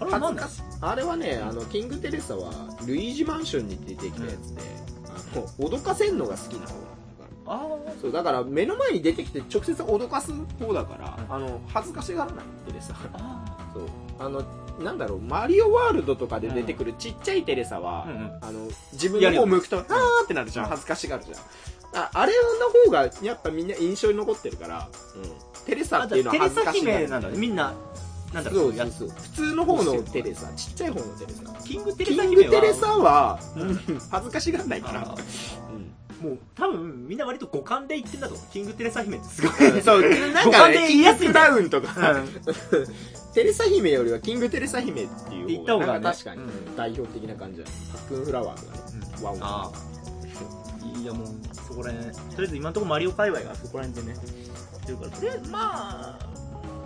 あれは
恥
な
ず
んだ
かしあれはねあのキングテレサはルイージマンションに出てきたやつで、あの脅かせんのが好きな方だから
あ
そうだから目の前に出てきて直接脅かす方だから、
う
あの恥ずかしがらないテレサ
ーあ
そうあのなんだろうマリオワールドとかで出てくるちっちゃいテレサは、
うんうん
あの自分の方向くとあーってなるじゃん恥ずかしがるじゃんああれの方がやっぱみんな印象に残ってるから、うん、テレサ
あ
っていうのは
テレ
恥ず
サ
かしが
姫
る
なんだねみんななんだろう
そう
や
そうそう普通の方のテレサちっちゃい方のテレサ
キングテ
キ
レサ
ン
姫
グ
は
テレサは、
うん
恥ずかしがらないか
あ
ら。
ーもう多分みんな割と五感で言ってんだと思うキングテレサ姫ってすごい、
そう、 なんか
五感で言
ね、キ
いや
ン
すい
グ
んだ
ダウンとか、テレサ姫よりはキングテレサ姫っていう
言った方がね
なんか確かに
う
代表的な感じだね。パックンフラワーとかね、ワンワ
ああいやもうそこら辺とりあえず今のところマリオ界隈がそこら辺でねってるからでまあ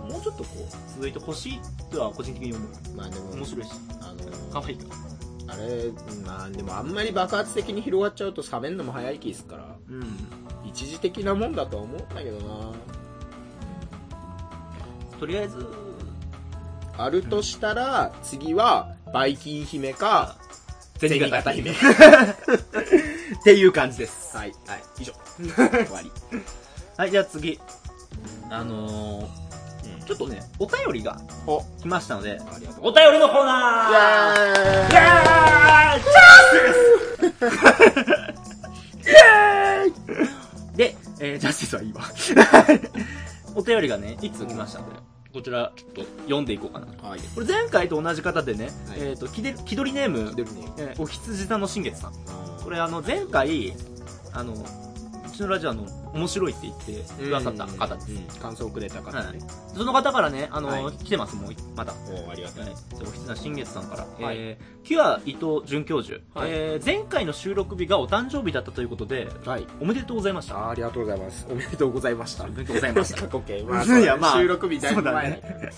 もうちょっとこう続いてほしいとは個人的に思う
ン。まあでも、
面白いし
あ
可
の、
愛いから
あれ、まあでもあんまり爆発的に広がっちゃうと冷めんのも早い気ですから、
うん
一時的なもんだとは思うんだけどな。
とりあえず
あるとしたら、次は、バイキン姫か、
全
銭形 姫。
っていう感じです
はい、はい、以上。終わり。
はいじゃあ次あの
うん
ー、ちょっとね、お便りが
お
来ましたので、
ありがとう
お便りのコーナー
イ
イエーイチャンスですイエーイで、えー、ジャスティスはいいわ。お便りがね、いつ来ましたので、こちら、ちょっと読んでいこうかな。
はい
これ前回と同じ方でね、
はい
えっ、と、きで気取りネーム、
緑ね
えーおひつじ座の新月さん。こ
こ
れあの前回あのうちのラジオあの面白いって言ってくださった方です、
感想をくれた方ね
その方からねあの、
はい
来てますもうまだ
おーありがとう
はい、おひつな新月さんから、
はい
えーキュア伊藤准教授、
はい
えー前回の収録日がお誕生日だったということで
はい
おめでとうございました
あーありがとうございますおめでとうございました
おめでとうございました
過去形
いやまあ
収録日だいぶ前
そ
だ
う
からね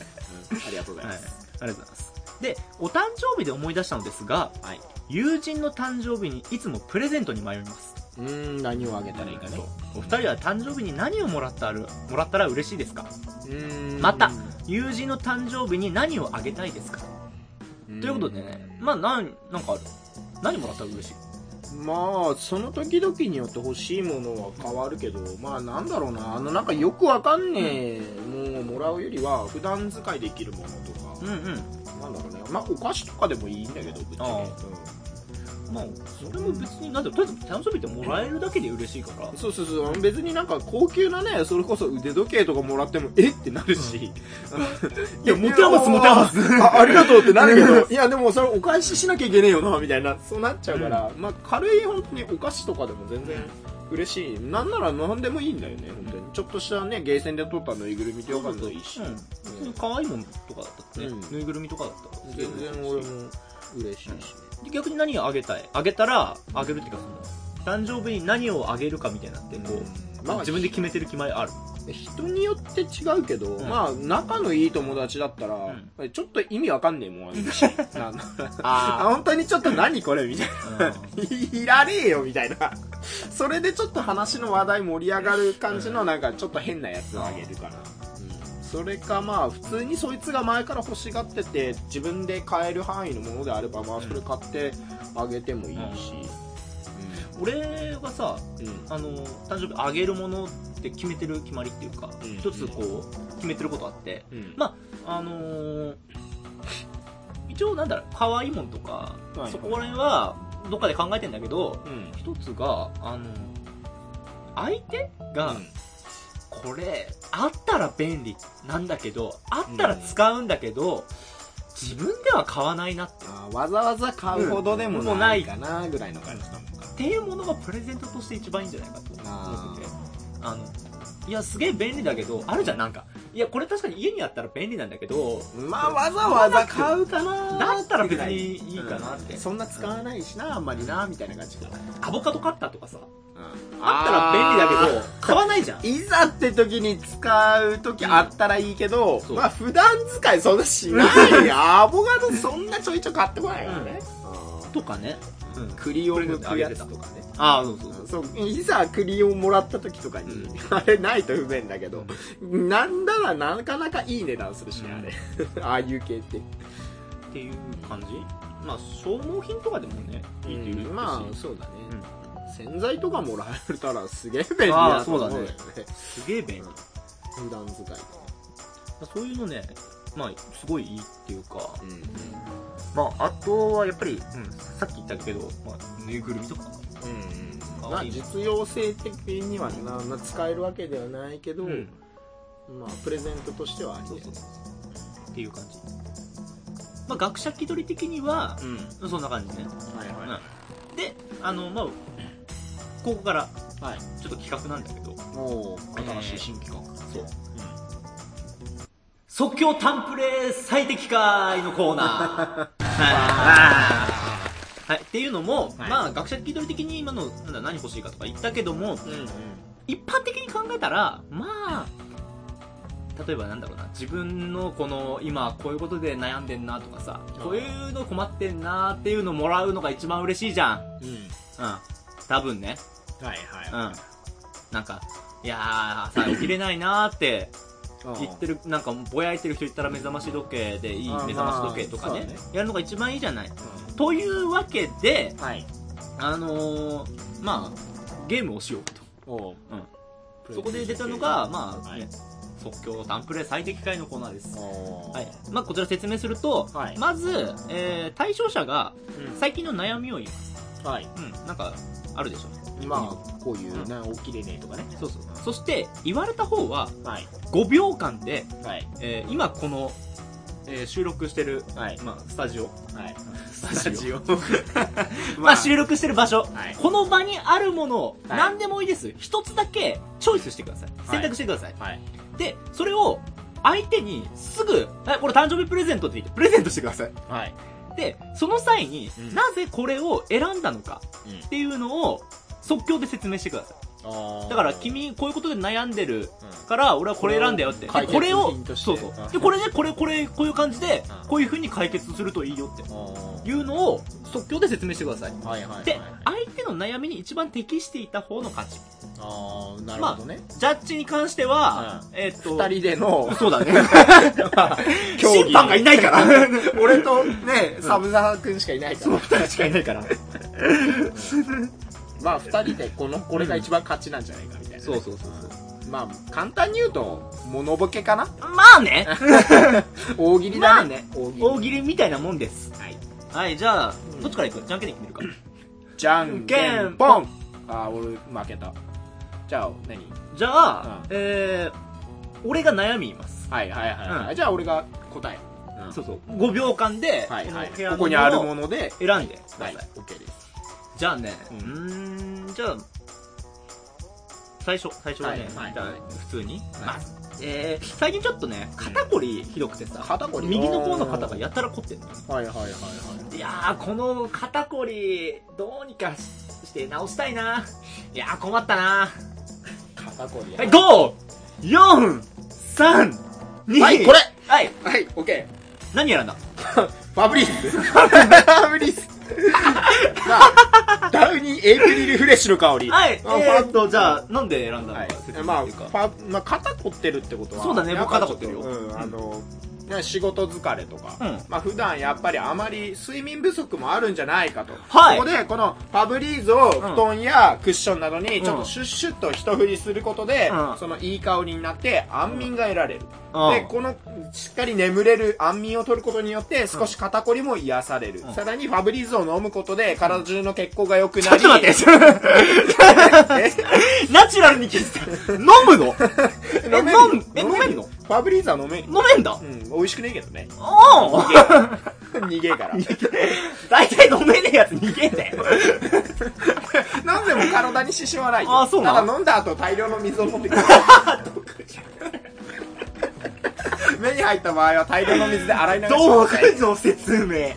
うんありがとうござい
はい、あ
ま
りがとうご
す
ざいますでお誕生日で思い出したのですが
はい
友人の誕生日にいつもプレゼントに迷います
うーん何をあげたらいいかね
お二人は誕生日に何をもらったるもらったら嬉しいですか
うーん
また友人の誕生日に何をあげたいですか
ん
ということでね、まあ、なん、なんかある。何もらったら嬉しい。
まあその時々によって欲しいものは変わるけどまあなんだろうなあのなんかよくわかんねえものをもらうよりは普段使いできるものとか、
んうん。
なんだろうねまあお菓子とかでもいいんだけどぶっちゃけ
あまあ、それも別に、なんだろうとりあえず誕生日ってもらえるだけで嬉しいから
うん。そうそうそう別になんか高級なねそれこそ腕時計とかもらってもえってなるし、
いや持て余す持て余す
あありがとうってなるけど いやでもそれお返ししなきゃいけねえよなみたいなそうなっちゃうから、まあ軽い本当にお菓子とかでも全然嬉しいなんなら何でもいいんだよね本当にちょっとしたねゲーセンで取ったぬいぐるみとかでもいい
う
し、
ん。別に可愛いものとかだったらね、
うん
ぬいぐるみとかだったら。
全然俺も嬉しいしね、
で逆に何をあげたいあげたら、あげるっていうか、その、誕生日に何をあげるかみたいなって、こう、
まあ
自分で決めてる決まりある。
人によって違うけど、
ん
まあ仲のいい友達だったら、ちょっと意味わかんねえもんあげるし なあ
あ
本当にちょっと何これみたい
あ。
な いらねえよみたいなそれでちょっと話の話題盛り上がる感じのなんかちょっと変なやつをあげるから、うんそれかまあ普通にそいつが前から欲しがってて自分で買える範囲のものであればまあそれ買ってあげてもいいし、
俺はさ、
うん
あの誕生日あげるものって決めてる決まりっていうか、
うん
一つこう決めてることあって
うん
まあのー一応なんだろう可愛いもんとか、
はい
そこら辺はどっかで考えてんだけど
うん
一つがあの相手が、これあったら便利なんだけどあったら使うんだけど、自分では買わないなっ
あーわざわざ買うほどでもないかなぐらいの感じなのか
ていうものがプレゼントとして一番いいんじゃないかと思っててあのいやすげえ便利だけどあるじゃんなんかいやこれ確かに家にあったら便利なんだけど
まあわざわざ買うかな
だったら別にいいかなって、
そんな使わないしなあんまりなみたいな感じかな
アボカドカッターとかさあ
あ
ったら便利だ
け
けど買わないじゃん
どいざって時に使う時あったらいいけど、
そう
まあ普段使いそんなしない よアボカドそんなちょいちょい買ってこないからね、
とかね、うん、
栗を剥くやつとかね
ああそうそうそう
そういざ栗をもらった時とかに、
う
あれないと不便だけど、なんだらなかなかいい値段するしね、あれああいう系って、
っていう感じまあ消耗品とかでもねいいっていうし、
まあそうだね、洗剤とかもらえたらすげえ便利
あ
だ
あ
と思うよ
そうすげえ便利
普段使い
そういうのねまあすごいいいっていうか
うん、
まああとはやっぱり、うん、さっき言ったけど、まあ、ぬいぐるみとか
うんまあ実用性的にはな、まあ使えるわけではないけど、
うん
まあプレゼントとしてはあり
そう
得
そ
る
うそうっていう感じまあ学者気取り的には、
うん
そんな感じね
はいはい、
うんであのまあここから
はい
ちょっと企画なんだけど
お
新
新
し
し
い
い
新
新規画、
そう、即興タンプレ最適解のコーナーはい、はい、っていうのも、
はい
まあ学者気取り的に今のなんだ何欲しいかとか言ったけども
うんうん
一般的に考えたらまあ例えばなんだろうな自分のこの今こういうことで悩んでんなとかさこういうの困ってんなっていうのもらうのが一番嬉しいじゃんうん多分ね
はいはい
うんなんかいやー朝起きれないなーって言ってるなんかぼやいてる人いたら目覚まし時計でいい
あー
目覚まし時計とかね,、
まあそうだ
やるのが一番いいじゃない
うん
というわけで
はい。
あのー、まあゲームをしようと
お
うんそこで出たのが、まあ、ね
はい
即即興のタンプレ最適解のコーナーです。
は
はい。まあ、こちら説明すると、
はい
まず、えー対象者が最近の悩みを言います。
はい
うん、なんか、あるでしょ。
まあこういうね起きれねえとかね
そうそう。そして、言われた方は、
はい
5秒間で、
はい
えー今この、えー収録してる、
はい
まあ、スタジオ。
はい
スタジ
オ
ま
ま
あ、収録してる場所。
はい
この場にあるものを、
はい
何でもいいです。一つだけ、チョイスしてください。
はい
選択してください。
はい
で、それを、相手に、すぐ、え、これ誕生日プレゼントって言って、プレゼントしてください。
はい
で、その際に、
うん
なぜこれを選んだのか
うん
っていうのを即興で説明してください。だから君こういうことで悩んでるから俺はこれ選んだよって。
これ
でこれを
を解決品と、して
そうそう
うん。
で、これね、これ、これ、こういう感じで
う、ん
こういう風に解決するといいよって
はい
いうのを即興で説明してください。
はいはい
で、相手の悩みに一番適していた方の勝ち。
ああなるほどね
ジャッジに関しては、えーっと、
二人で の
そうだね。
競技
審判がいないから。
俺とね、サブザー君しかいないから。
二人しかいないから。
まあ二人でこの、これが一番勝ちなんじゃないかみたいな。
そうそうそうそう。
まあ簡単に言うと、モノボケかな
まあね。
大喜利だね。
まあね
大喜利。
大喜利みたいなもんです。はい。はい、じゃあ、どっちから行くじゃんけんで決めるか。
じゃんけんぽんあー、俺負けた。じゃあ、何
じゃあ、
うん
えー、俺が悩み言います。
はいはいはいは
う
い。じゃあ俺が答え。うん
そうそう。5秒間で、
はいはい
の部屋。の
ここにある
もの
も
を
ので、
選んでくださ。
はいい、OK です。
じゃあね、う
うん
ーん、じゃあ、最初、最初はね、
はいはい
じゃあ
はい
普通に。
い
まあえー、最近ちょっとね、肩こりひどくてさ、
肩こり
右の方の肩がやたら凝ってるのよね。
はいはいはいはい。
いやー、この肩こり、どうにかしして直したいな。いやー、困ったな。
肩こり。
はい、5、4、3、2、
はい、これ
はい、
はい、OK。
何やらんだ
ファブリーズファブリーズ まあ、ダウニーエイプリルフレッシュの香り。
はい、え
あファ
ーっと、じゃあ、なんで選んだのか
はい
説明というか、
まあ、ファまあ、肩凝ってるってことは。
そうだね
やぱ
僕肩凝ってるよ
ちょとうん、あの、ね仕事疲れとか、
うん
まあ普段やっぱりあまり睡眠不足もあるんじゃないかと。
はい
ここで、このファブリーズを布団やクッションなどにちょっとシュッシュッと一振りすることで、
うん
そのいい香りになって安眠が得られる。
うん
で、この、しっかり眠れる安眠を取ることによって、少し肩こりも癒される。
ん
さらに、ファブリーズを飲むことで、体中の血行が良く
ち
な
ょ
り。
っと 待って、 ナチュラルに切ってた。飲むの
え
え、飲む、え、飲めんの
ファブリーズは飲める
飲めんだ
うん、美味しくねえけど ね。
おー
逃げえ から。
大体飲めねえやつ逃げんだよ。
飲んでも体に支障はないよ。
あそうなの
ただ飲んだ後、大量の水を飲ん でくる。 目に入った場合は大量の水で洗い流してください
の説明。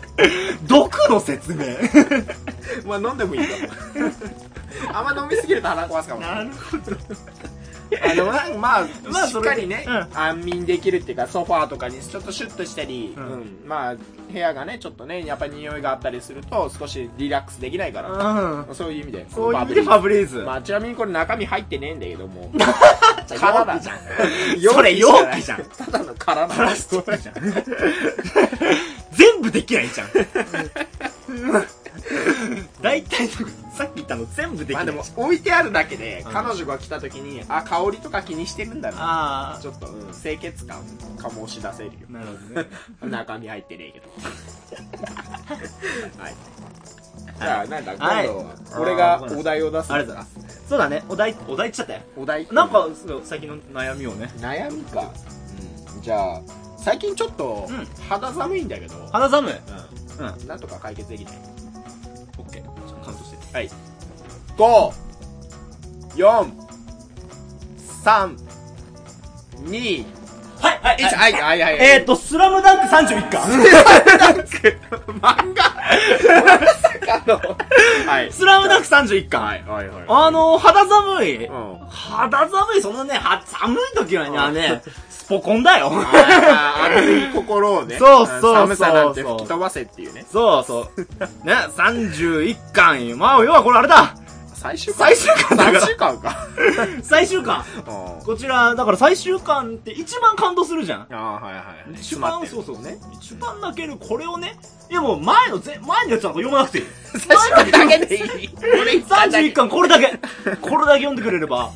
毒の説明。
まあ飲んでもいい かも。あんま飲みすぎると鼻壊すかも。
なるほど。
あのなまあ、
まあ
し
そ
っ
れ
かりね、
う
安眠できるっていうか、ソファーとかにちょっとシュッとしたり、
う
うんんまあ、部屋がね、ちょっとね、やっぱり匂いがあったりすると、少しリラックスできないから、
うん。
そういう意味で。
そういう意味でファブリーズ。
まあ、ちなみにこれ中身入ってねえんだけ ども。
ゃん
殻だじゃん。
それ容器じゃん
ん。ただの殻だ。
じゃん。全部できない じゃん。大体の、さっき言ったの全部でき
ま
な
あ
い
で
じゃん。
も、置いてあるだけで、
うん
彼女が来た時に、あ、香りとか気にしてるんだな。
あ
ちょっと、うん清潔感、醸し出せるよ
あ。。なるほどね。
中身入ってねえ けど。はい。じゃあ、なんだ、
はい
今度は、俺がお題を出す。
ありがとうございます。そうだね。お題、お題言っちゃったよ。
お題
なんか、そう最近の悩みをね。
悩みか。じゃあ、最近ちょっと
うん、
肌寒いんだけど、
肌寒い。
うん。なんとか解決できない。
オッケー。ちょっとカウントして。
はい。5、4、3、2、
はい、はい
1、はい、はい、はい。
えーっと、スラムダンク31巻。
漫画まさかの。はい。
スラムダンク31巻。
はい、はい、はい。
あのー、肌寒い。
うん。
肌寒い、そのね、は寒い時はね、あのね、スポコンだよ。
あー熱い心をね。
そうそうそう
寒さなんて吹き飛ばせっていうね。
そうそう。ね、31巻。まあ、要はこれあれだ。
最終
最終巻だから
最終巻か。
最終巻。こちら、だから最終巻って一番感動するじゃん。
ああ、はいはい。。
一番、そううそうね。一番泣ける、これをね。いやもう前の、ぜ前のやつなんか読まなくていい。
最終巻だけでいい。俺一
31 31巻これだけこれだけ読んでくれれば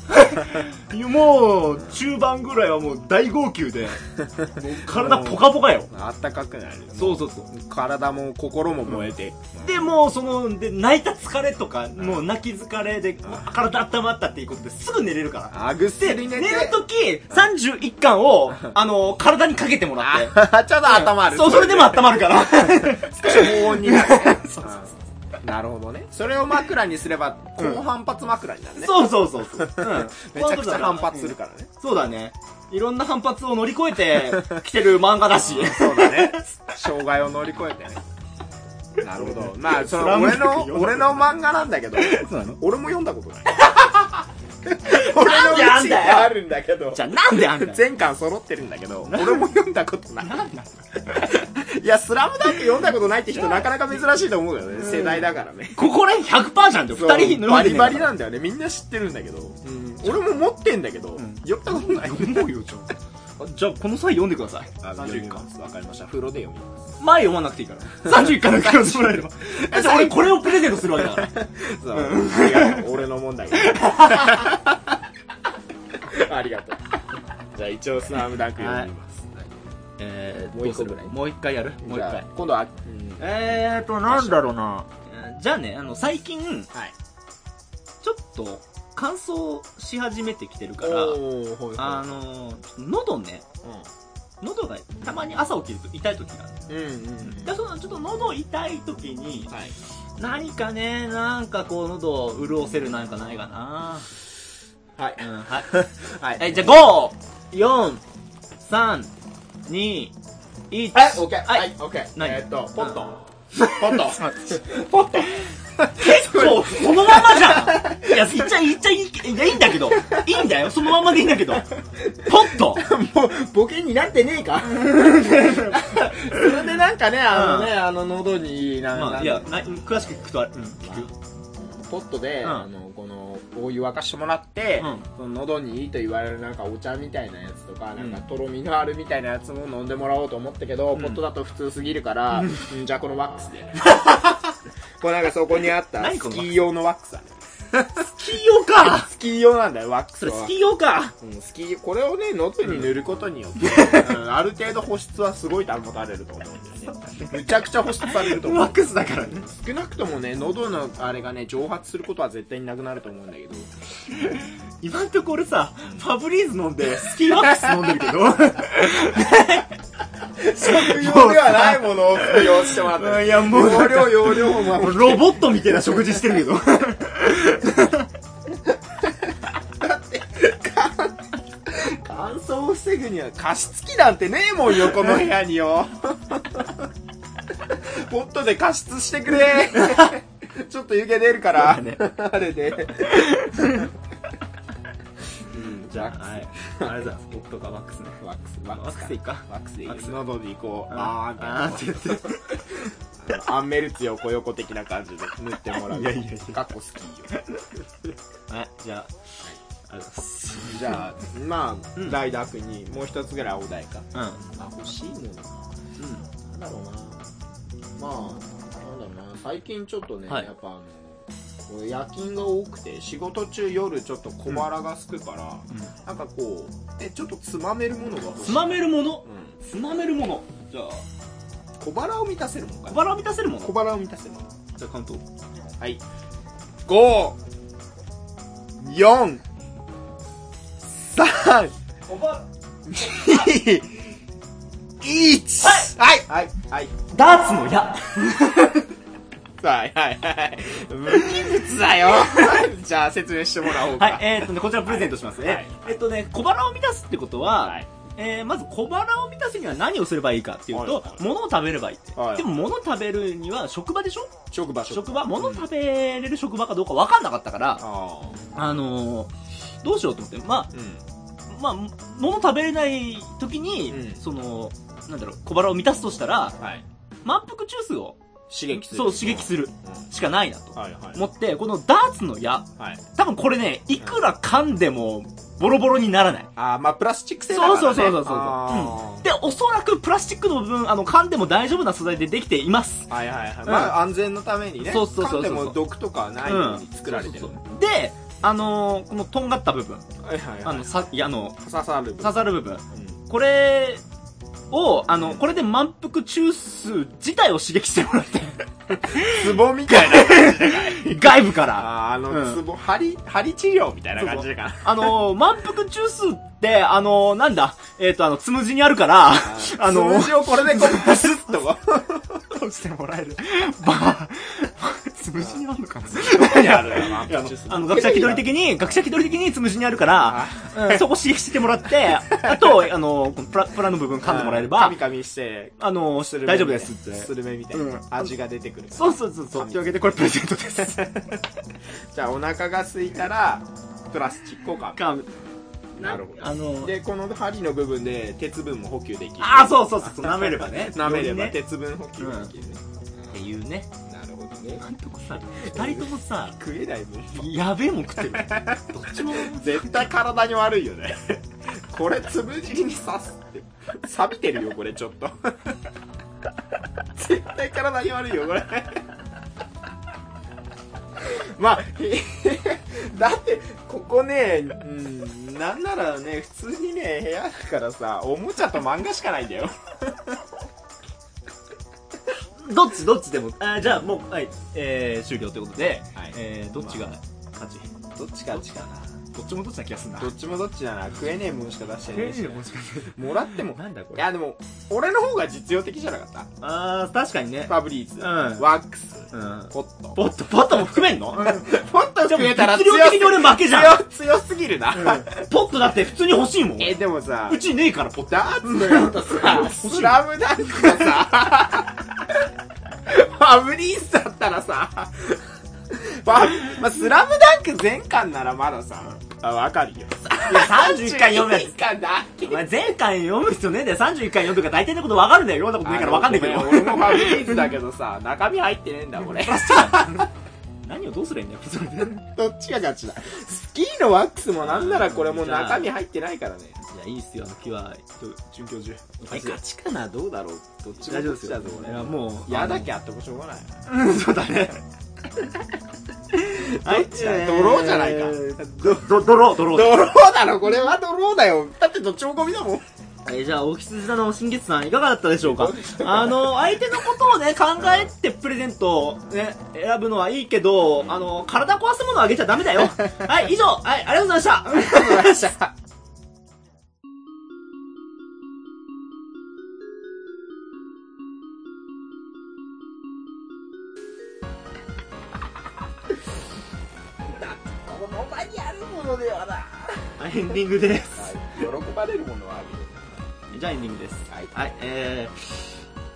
もう中盤ぐらいはもう大号泣でもう体ポカポカよ
あったかくなる
そうそうそう
体も心も燃えて、
でもうそので泣いた疲れとかもう泣き疲れでもう体温まったっていうことですぐ寝れるから
あぐっす
で
り
寝
寝
る
て
とき31巻をあの体にかけてもらって
あ ちょっと温まる
そうそれでも温まるから
少し 高温になる
そう
うんなるほどねそれを枕にすれば高反発枕になるね、
そうそうそうそう、うん、
めちゃくちゃ反発するからね、
そうだね。いろんな反発を乗り越えて来てる漫画だし。
そうだね障害を乗り越えてねなるほどまあその
ス
俺
ラムダンク
の
読んだ
俺の漫画なんだけど
そうなの
俺も読ん だことない俺の
なん
1位
であんだよ
があるんだけど
じゃあなんであん だよ。
全巻揃ってるんだけど俺も読んだことないいや「スラムダンク読んだことないって人なかなか珍しいと思うよね世代だからね
ここね、100%じゃんよ。
そう
二人の
バリバリ
だ。
なんだよねみんな知ってるんだけど
うん
俺も持ってんだけど、
ん
読んだことない
思うよ、じゃあ。じゃあこの際読んでください。31巻。
わかりました風呂で読みます
前読まなくていいから。31巻だけ読んでも らえれば。だって俺これをプレゼントするわけだから。
そう、違 う俺のもんだけどありがとうじゃあ一応「スラムダンク読みます、
えー
もう一個ぐらい
もう一回やるもう一
じゃあ
回。
今度は、うん
えーと、なんだろうな。えーじゃあね、あの、最近、
はい
ちょっと、乾燥し始めてきてるから、
おーほいほい
あのー、喉ね、喉がたまに朝起きると痛い時がある
うんうんうん
でそのちょっと喉痛い時に
はい
何かねなんかこう喉を潤せるなんかないかな
はい
うんはい、
はい
はい、じゃあ54321
はい、オッケー。
はい
はい、オッケー。
何
えーっと、ポット
う
ン。ポットン。ポットン。
結構そのままじゃんいや言っちゃ言っちゃいいいやいいんだけどいいんだよそのままでいいんだけどポッと
もう、ボケになってねえかそれでなんかね、あのね、あの、喉に、なんか
まあいやな詳しく聞くとあれ、うん、聞く
ポットで、
うん
あの、この、お湯沸かしてもらって、
うん
その喉にいいと言われるなんかお茶みたいなやつとか、
ん
なんかとろみのあるみたいなやつも飲んでもらおうと思ったけど、
ん
ポットだと普通すぎるから、うんじゃあこのワックス で。これなんかそこにあった、
何
ス
この
キー用のワックスある。
スキー用か
スキー用なんだよ、ワックス
それ
は
スキー用か
うん、スキーこれをね喉に塗ることによって、 うんある程度保湿はすごい保たれると思うんだよねめちゃくちゃ保湿されると思う
ックスだからね
少なくともね喉のあれがね蒸発することは絶対になくなると思うんだけ ど
今んとこ俺さ、ファブリーズ飲んで、スキーワックス飲んでるけど。
食用ではないものを服用してもらって
いや、もう、
容量容量もまあ
ロボットみたいな食事してるけど。
乾燥を防ぐには加湿器なんてねえもんよこの部屋に よポットで加湿してくれちょっと湯気出るから、
そう
あれでうんじゃあ
はい。あれだ、スポットかワックスね。
ワックスワ
ワ
ック
ック
スか
スでいいか。
ワックスでいい
ワックス
喉にこうあーみたい
あーって言って。
なアンメルツ横横的な感じで塗ってもらう
いやいやいや
かっこ好きよ
はい、じゃあ、ありがとうございます。
じゃあまあ、
うん
大学にもう一つぐらいお題か
うん。
あ欲しいもの
うん。
なんだろうなまあなんだろうな最近ちょっとね、
はい
やっぱあの俺夜勤が多くて仕事中夜ちょっと小腹が空くから、
ん
なんかこうえちょっとつまめるものが欲しい
つまめるもの
う
つまめるもの。じゃあ、
ん、小腹を満たせるもんか
小
な
腹を満たせるも
小
の。
腹を満たせるもの
じゃあ、カウント。
はい五四 三
小腹。
二一 はいはいはい
ダーツの矢。
はいはいはい。無機物 だよ。じゃあ説明してもらおうか。
はい、えーっとね、こちらプレゼントします。
は
え
い
えっとね、小腹を満たすってことは、
はい
えーまず小腹を満たすには何をすればいいかっていうと、
はい
物を食べればいいって、
はい
でも物を食べるには職場でしょ
職場
職場物を食べれる職場かどうか分かんなかったから、
ああ。
あのーどうしようと思ってま
うん。
あまあ物食べれない時に、
うん
そのなんだろう小腹を満たすとしたら
はい。
満腹中枢を
刺激する。
そう刺激するしかないなと
はいはい。
思ってこのダーツの矢
はい。
多分これねいくら噛んでもボロボロにならない。
あーまあプラスチック製だから、ね、
そうそうそうそうそう
あー
で、おそらくプラスチックの部分、あの、噛んでも大丈夫な素材でできています。
はいはいはい、
ん
まあ安全のためにね
そうそうそうそう
噛んでも毒とかないように作られてる、
そうそうそうで、あのーこのとんがった部分、
はいはい
あ
はい
の、さ、いや、あの、
刺さる部分
刺さる部分、
うん
これを、あの、これで満腹中枢自体を刺激してもらって、
ツボみたいな
外部から。
あーあ
うん
のツボ、針針治療みたいな感じかな
あのー満腹中枢って、あのーなんだ、えっ、と、あの、つむじにあるから、あのー
数字をこれでこう、ブスッとこ
どうしてもらえる。
ば
潰しにあんのかな
こ にあるよな、
あの、学者気取り的に、学者気取り的につむじにあるから、うんそこ刺激してもらって、あと、あの、このプラ、プラの部分噛んでもらえれば
神、々して、
あの、
スルメ
大丈夫ですって。
スルメみたいな味が出てくる。
そうそうそうそう。
神
というわけで、これプレゼントです。
じゃあ、お腹が空いたら、プラスチックをか。
か
なるほど。
あの、
で、この針の部分で鉄分も補給できる。
ああ、そうそうそうそう、舐めればね。
舐めれば
よりね
鉄分補給できるね。
っていうね。
なるほどね。
なんとかさ、二人ともさ、
食えない分。
やべえもん食ってる。どっちも。
絶対体に悪いよね。 これ、つぶじりに刺すって。錆びてるよ、これ、ちょっと。 絶対体に悪いよ、これ。 まあ、 へだって、ここね、うん、なんならね、普通にね、部屋だからさ、おもちゃと漫画しかないんだ よ。
どっちどっちでも。あーじゃあ、もう、はい、えー、終了ということで、
はい
えー、どっちが勝ち
どっちかどっちかな。
どっちもどっちな気がするな
ど。っちもどっちだな。食えねえもんしか出してねえし。
もしかして。
もらっても。
なんだこ
い
れ。あ
や、でも、俺の方が実用的じゃなかった。
あー、確かにね
フ。ァブリーズ、
うん
ワックス、
うん。
ポット。
ポット、ポットも含めんの
ポット
じゃあ
含めたら
物
強
量
す
的
ぎ
に俺負けじゃん。
強強すぎるな。
ポットだって普通に欲しいもん。
え、
う
でもさ、
ちねえから、ポット。
ダーツのやつ さ、スラムダンクがさ、ファブリーズだったらさ、ファまあ、スラムダンク全巻ならまださ、あ、わかるよ。
いや、31回 読むや
31巻だけ
つ。お前前回読む必要ねえんだよ。31回読むとか大体のことわかるんだよ。読んだことねえからわかんねえけ
あのごめ
ど。
ん俺もファブリーズだけどさ、中身入ってねえんだ、俺。
何をどうすりゃいいんだよ、それで。い
どっちが勝ちだ。スキーのワックスもなんならこれもう中身入ってないからね。
や、いいっすよ、あの木は。准教授。
え、勝ちかなどうだろうどっちも
大丈夫
どっ
です
ちだ
よ
ぞ、。俺
い。や、もう。
やだけあってもしょうがない。
うん、そうだね。あい
じゃあドローじゃないか。
ど、ど、ドロー、ドロ
ド
ー。
ローだろ、これはドローだよ。だってどっちもゴミだもん。
えーじゃあ、大吉座の新月さん、いかがだったでしょうか
どうでしたか
あの、相手のことをね、考えてプレゼントをね、選ぶのはいいけど、あの、体壊すものはあげちゃダ メだよ。はい、以上、はい、ありがとうございました。
この場にあるものではな。
はいエンディングです。
喜ばれるものはあるよ。
じゃあ、エンディングです。
はい
はい、え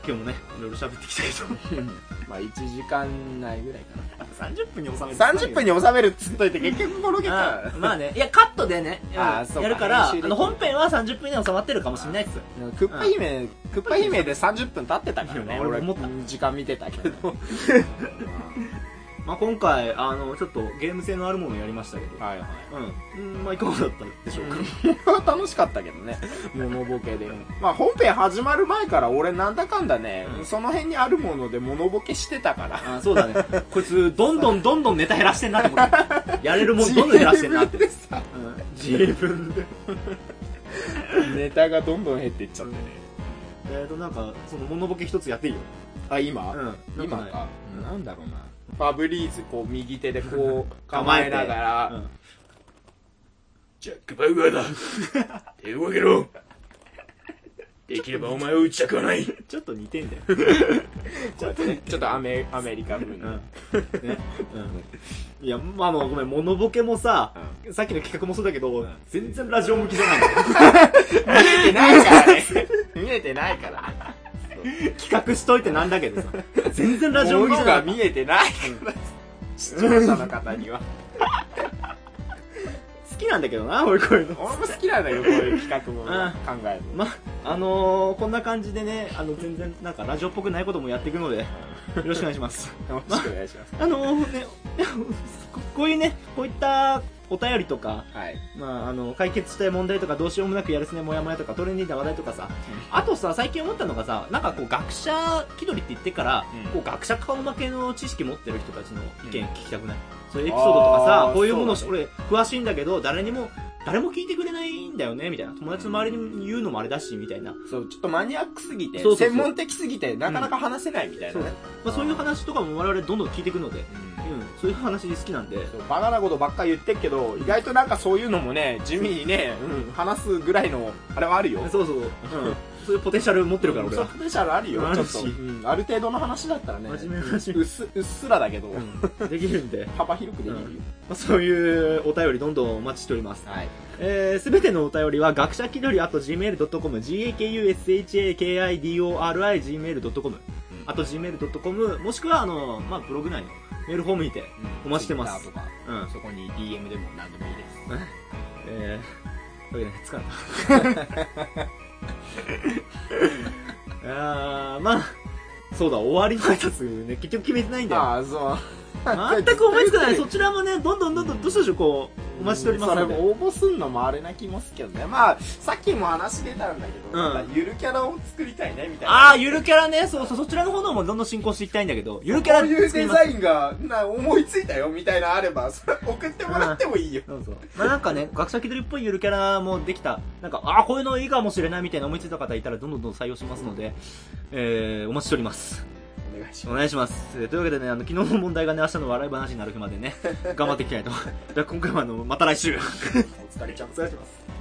ー、今日もね、いろ いろ喋ってきたけど、
まあ1時間内ぐらいか
30分に収める。
な。30分に収めるっつっといて結局この結
あ
果。
まあね、いや、カットでね、
あ
や
ーそうか
るから、あ
編集できる
の、本編は30分に収まってるかもしれないです。
クッパ姫、クッパ姫で30分経ってたから
い
ね。
や
俺
俺も思った
時間見てた けど。
まあ今回、あの、ちょっとゲーム性のあるものをやりましたけど、
はいはい。
うん、うん、まあいかがだったでしょうか。
楽しかったけどね。モノボケで。まあ本編始まる前から俺なんだかんだね、
うん
その辺にあるものでモノボケしてたから。
あそうだね。こいつ、どんどんどんどんネタ減らしてんなって思 って。やれるもんどんどん減らしてんなって。
自分
自分で。
でさ ネタがどんどん減っていっちゃってね。
えーと、なんか、その、モノボケ一つやっていいよ。
あ、今
うん
今
なんか
か
ね。うん
なんだろうな。ファブリーズこう右手でこう 構
構え
え
て
ながら、
うん
ジャック・バウアーだ手を上げろできればお前を打ちたくはない
ちょっと似てんだよ。
ちょっとねちょっとアメアメリカ風に。
うん。ね。うん。いや、まあ、あの、ごめん、モノボケもさ、さっきの企画もそうだけど、全然ラジオ向きじゃないの。
見えてないからね。見えてないから。
企画しといてなんだけどさ。全然ラジオ向き
物
じゃな
が
い。
見えてないから。視聴者の方には。
好きなんだけどな、俺こういうの。
俺も好きなんだけど、こういう企画も
うん
考えるの。
まあのー、こんな感じでね、あの、全然、なんか、ラジオっぽくないこともやっていくので、よろしくお願いします。
よろしくお願いします。
あのー、ね、ここういうね、こういったお便りとか、
はい。
まあ、あの解決したい問題とかどうしようもなくやるすねもやもやとかトレンディーな話題とかさあとさ最近思ったのがさなんかこう学者気取りって言ってから、
うん
こう学者顔負けの知識持ってる人たちの意見
うん
聞きたくない、そういうエピソードとかさ
あー
こういうもの
そう
俺詳しいんだけど誰にも誰も聞いてくれないんだよねみたいな友達の周りに言うのもあれだしみたいな、ま
そう、ちょっとマニアックすぎて、
そうそうそう
専門的すぎて、なかなか話せないみたいなね。
あ、そういう話とかも我々どんどん聞いていくので、
うん
うん、そういう話好きなんで
そうバカなことばっかり言ってるけど、意外となんかそういうのもね、地味にね、うん、話すぐらいの、あれはあるよ。
そうそう、うん、そういうポテンシャル持ってるから俺
そう
は
ポテンシャルあるよ、
あ
ちょ
る
っ
し
と。うんある程度の話だったらね、
真面目な話
うっすうっすらだけど、
うん できるんで、ま
幅広くできるよ。
あ、そういうお便りどんどんお待ちしております
はい。
えーすべてのお便りは、学者気取り、あと gmail.com、gakushakidori.gmail.com、あと gmail.com、もしくは、あの、まあ、ブログ内のメールフォームにて、お待ちしてます
Twitter と
うん
か、。そこに DM でも何でもいいです。
えー、というわけで、疲れた。あー、まあ、そうだ、終わりの挨拶ね、結局決めてないんだよ。
ああ、そう。
全く思いつかない。 そちらもね、どんどんどんどん、どうしようこう、お待ちしております
それ
ので。
も応募すんのもあれな気もするけどね。まあ、さっきも話出たんだけど、
うん
なんかゆるキャラを作りたいね、みたいな。
あー、ゆるキャラね、そうそう、そちらの方の方もどんどん進行していきたいんだけど、ゆるキャラ
こういう
作り
デ
ます
ザインがな思いついたよみたいなのあればそれ送ってもらってもいいよ、
そうそう。まあなんかね、学者気取りっぽいゆるキャラもできた、なんか、ああ、こういうのいいかもしれないみたいな思いついた方いたら、どんどんどん採用しますので、えー、お待ちしております。
お願いし
お
ま
願いします。えーというわけでね、あの、昨日の問題がね、明日の笑い 話になる日までね、頑張っていきたいと。じゃあ今回はあの、また来週
すお疲れちゃんお疲れします